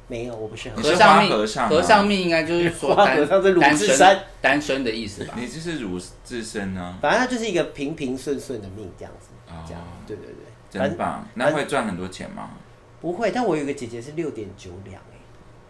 Speaker 4: 没有，我不是和
Speaker 2: 你是花
Speaker 4: 尚。
Speaker 3: 尚命，
Speaker 2: 和尚吗啊
Speaker 3: 和尚命应该就是说
Speaker 4: 花
Speaker 3: 单
Speaker 4: 和尚是鲁
Speaker 3: 单
Speaker 4: 智
Speaker 3: 身
Speaker 4: 深
Speaker 3: 单身的意思
Speaker 4: 啊
Speaker 3: 吧？
Speaker 2: 你就是儒自身呢、
Speaker 4: 反正他就是一个平平顺顺的命这样子，
Speaker 2: 哦
Speaker 4: 这样对对对，反
Speaker 2: 真
Speaker 4: 正
Speaker 2: 棒。那会赚很多钱吗？
Speaker 4: 不会。但我有一个姐姐是六点九两哎，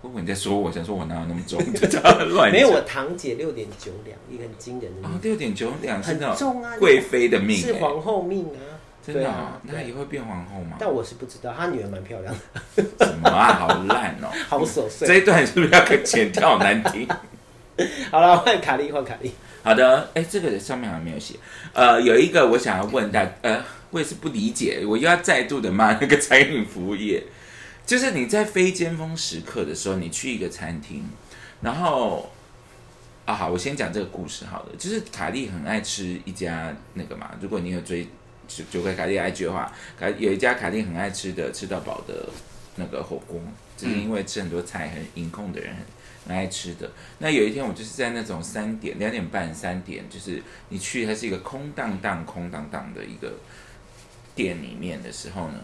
Speaker 2: 不过你在说我，想说我哪有那么重， 就这样乱讲
Speaker 4: 没有我堂姐六点九两，一个很惊人的
Speaker 2: 哎啊
Speaker 4: 命，，
Speaker 2: 六点九两是那
Speaker 4: 很重啊
Speaker 2: 种贵妃的命、
Speaker 4: 是
Speaker 2: 欸
Speaker 4: 皇后命啊，
Speaker 2: 真的、
Speaker 4: 对
Speaker 2: 哦
Speaker 4: 啊，
Speaker 2: 那
Speaker 4: 对
Speaker 2: 也会变皇后吗？
Speaker 4: 但我是不知道，她女儿蛮漂亮的，
Speaker 2: 什么啊，好烂哦！
Speaker 4: 好琐
Speaker 2: 这
Speaker 4: 碎。
Speaker 2: 一段是不是要给剪掉？好难听。
Speaker 4: 好了，换卡莉，换卡莉。
Speaker 2: 好的，哎，这个上面好像没有写。呃，有一个我想要问大，呃，我也是不理解，我又要再度的骂 那个餐饮服务业，就是你在非尖峰时刻的时候，你去一个餐厅，然后啊，好，我先讲这个故事好了。就是卡莉很爱吃一家那个嘛，如果你有追九九个卡莉的 IG 的话，卡有一家卡莉很爱吃的吃到饱的那个火锅，就是因为吃很多菜很饮控的人很很爱吃的。那有一天我就是在那种三点、两点半、三点，就是你去它是一个空荡荡、空荡荡的一个店里面的时候呢，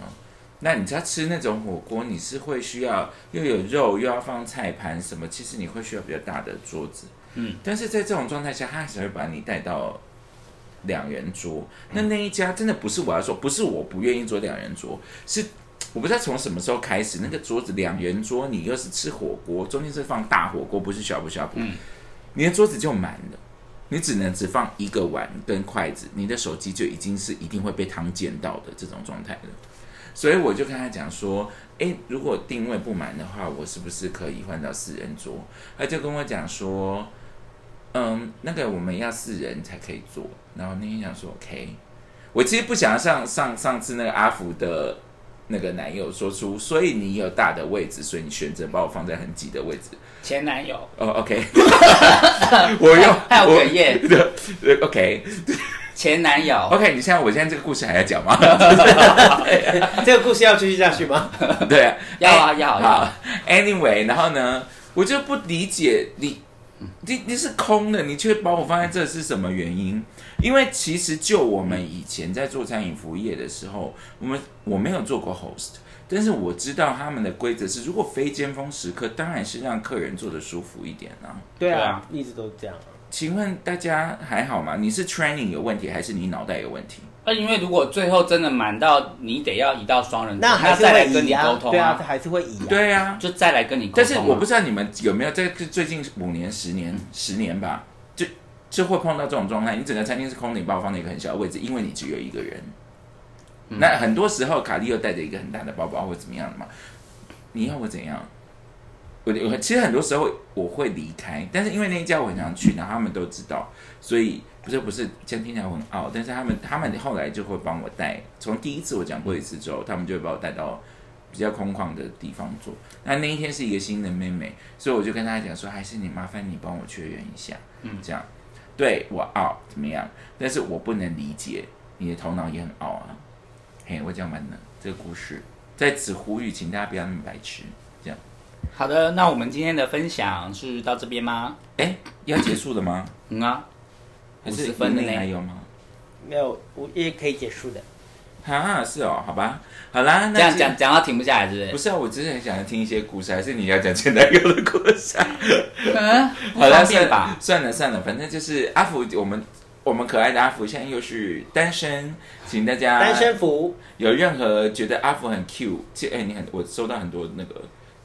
Speaker 2: 那你知道吃那种火锅，你是会需要又有肉又要放菜盘什么，其实你会需要比较大的桌子。
Speaker 3: 嗯，
Speaker 2: 但是在这种状态下，他还是会把你带到两人桌。那那一家真的不是我要说，不是我不愿意做两人桌，是我不知道从什么时候开始，那个桌子两人桌，你又是吃火锅，中间是放大火锅，不是小不小补，
Speaker 3: 嗯
Speaker 2: 你的桌子就满了。你只能只放一个碗跟筷子，你的手机就已经是一定会被汤溅到的这种状态了。所以我就跟他讲说，诶，如果定位不满的话，我是不是可以换到四人桌？他就跟我讲说，嗯，那个我们要四人才可以坐。然后那天想说，OK，我其实不想像上上次那个阿福的那个男友说出，所以你有大的位置，所以你选择把我放在很挤的位置。
Speaker 3: 前男友，
Speaker 2: 哦，OK，我用
Speaker 3: 还有哽
Speaker 2: 我
Speaker 3: 咽，
Speaker 2: 对 OK
Speaker 3: 前男友，
Speaker 2: OK，你现在我现在这个故事还要 讲吗？
Speaker 4: 这个故事要继续下去吗？
Speaker 2: 对啊，
Speaker 3: 要啊要啊要
Speaker 2: 好
Speaker 3: 啊，
Speaker 2: ，Anyway，然后呢，我就不理解你，你你是空的，你却把我放在这是什么原因？因为其实就我们以前在做餐饮服务业的时候，我们我没有做过 host，但是我知道他们的规则是，如果非尖峰时刻，当然是让客人坐的舒服一点啊。
Speaker 4: 对
Speaker 3: 对
Speaker 4: 啊
Speaker 3: 啊，
Speaker 4: 一直都这样啊。
Speaker 2: 请问大家还好吗？你是 training 有问题，还是你脑袋有问题？
Speaker 3: 那因为如果最后真的满到你得要移到双人桌，
Speaker 4: 那还
Speaker 3: 嗯
Speaker 4: 是
Speaker 3: 再来
Speaker 4: 会
Speaker 3: 跟
Speaker 4: 移
Speaker 3: 你沟
Speaker 4: 啊，
Speaker 3: 通
Speaker 4: 对啊，，还是会移啊。
Speaker 2: 对啊，
Speaker 3: 就再来跟你沟通
Speaker 2: 但
Speaker 3: 啊。
Speaker 2: 是我不知道你们有没有在最近五年、十年、十年吧，就就会碰到这种状态，你整个餐厅是空的，你把我放在一个很小的位置，因为你只有一个人。
Speaker 3: 嗯
Speaker 2: 那很多时候，卡莉又带着一个很大的包包或怎么样的嘛，你要我怎样？我我其实很多时候我会离开，但是因为那一家我很想去，然后他们都知道，所以不是不是，这样听起来我很傲，但是他们他们后来就会帮我带，从第一次我讲过一次之后，他们就会把我带到比较空旷的地方坐。那那一天是一个新的妹妹，所以我就跟她讲说，还是你麻烦你帮我确认一下，嗯，这样，对我傲怎么样？但是我不能理解你的头脑也很傲啊，嘿，我讲完了这个故事，在此呼吁，请大家不要那么白痴，这样。
Speaker 3: 好的，那我们今天的分享是到这边吗？
Speaker 2: 哎，要结束了吗？
Speaker 3: 嗯啊，
Speaker 2: 还
Speaker 3: 50
Speaker 2: 是
Speaker 3: 分的
Speaker 2: 以内
Speaker 3: 呢
Speaker 2: 还有吗？
Speaker 4: 没有，我也可以结束的。
Speaker 2: 啊，是哦，好吧，好啦，那
Speaker 3: 这样
Speaker 2: 今
Speaker 3: 讲讲到停不下来，是不
Speaker 2: 不
Speaker 3: 是？
Speaker 2: 是啊，我只是很想要听一些故事，还是你要讲前男友的故事、 啊？
Speaker 3: 嗯，不
Speaker 2: 好了，算
Speaker 3: 方便吧？
Speaker 2: 算了算了，反正就是阿福，我们我们可爱的阿福现在又是单身，请大家
Speaker 4: 单身服
Speaker 2: 有任何觉得阿福很 Q，其实哎，你很我收到很多那个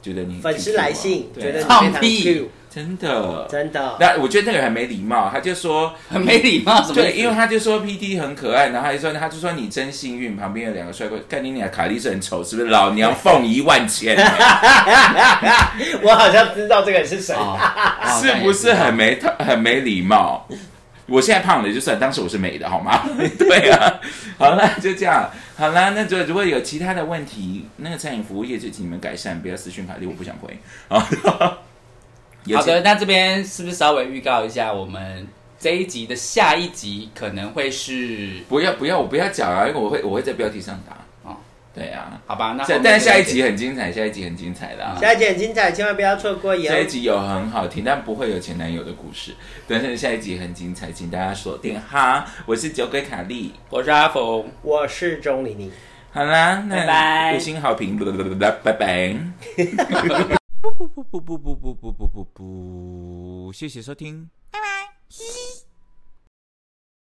Speaker 2: 觉得你很
Speaker 4: 粉丝
Speaker 2: Q 啊
Speaker 4: 来信，
Speaker 2: 对啊
Speaker 4: 觉得你
Speaker 3: 放
Speaker 4: 非常
Speaker 3: 屁
Speaker 4: Q，
Speaker 2: 真的。
Speaker 4: 真 的。
Speaker 2: 那我觉得那个很没礼貌，他就说
Speaker 3: 很没礼貌，什么意
Speaker 2: 对，
Speaker 3: 思？
Speaker 2: 因为他就说 P D 很可爱，然后他就说他就说你真幸运，旁边有两个帅哥。看你俩卡莉是很丑，是不是？老娘奉一万千，
Speaker 4: 我好像知道这个人是谁。
Speaker 3: 哦
Speaker 2: 是不是很？没很没礼貌？我现在胖了就算，当时我是美的，好吗？ 对啊，好了，就这样，好了，那就如果有其他的问题，那个餐饮服务业就请你们改善，不要私讯卡莉，我不想回啊。 有
Speaker 3: 好
Speaker 2: 其
Speaker 3: 的，那这边是不是稍微预告一下，我们这一集的下一集可能会是？
Speaker 2: 不要不要，我不要讲啊，因为我会我会在标题上打。
Speaker 3: 哦
Speaker 2: 哦，对啊，
Speaker 3: 好吧，那后
Speaker 2: 这
Speaker 3: 面
Speaker 2: 但下一
Speaker 3: 就啊
Speaker 2: 集很精彩，下一集很精彩啦。
Speaker 4: 下一集很精彩，千万不要错过哟
Speaker 2: 下。一集有很好听，但不会有前男友的故事。但是下一集很精彩，请大家锁定哈。我是酒鬼卡莉，
Speaker 3: 我是阿福，
Speaker 4: 我是钟玲玲。
Speaker 2: 好啦，那
Speaker 3: 拜拜
Speaker 2: 五星好评，拜拜。不不不不不不不不不不不，谢谢收听，拜拜。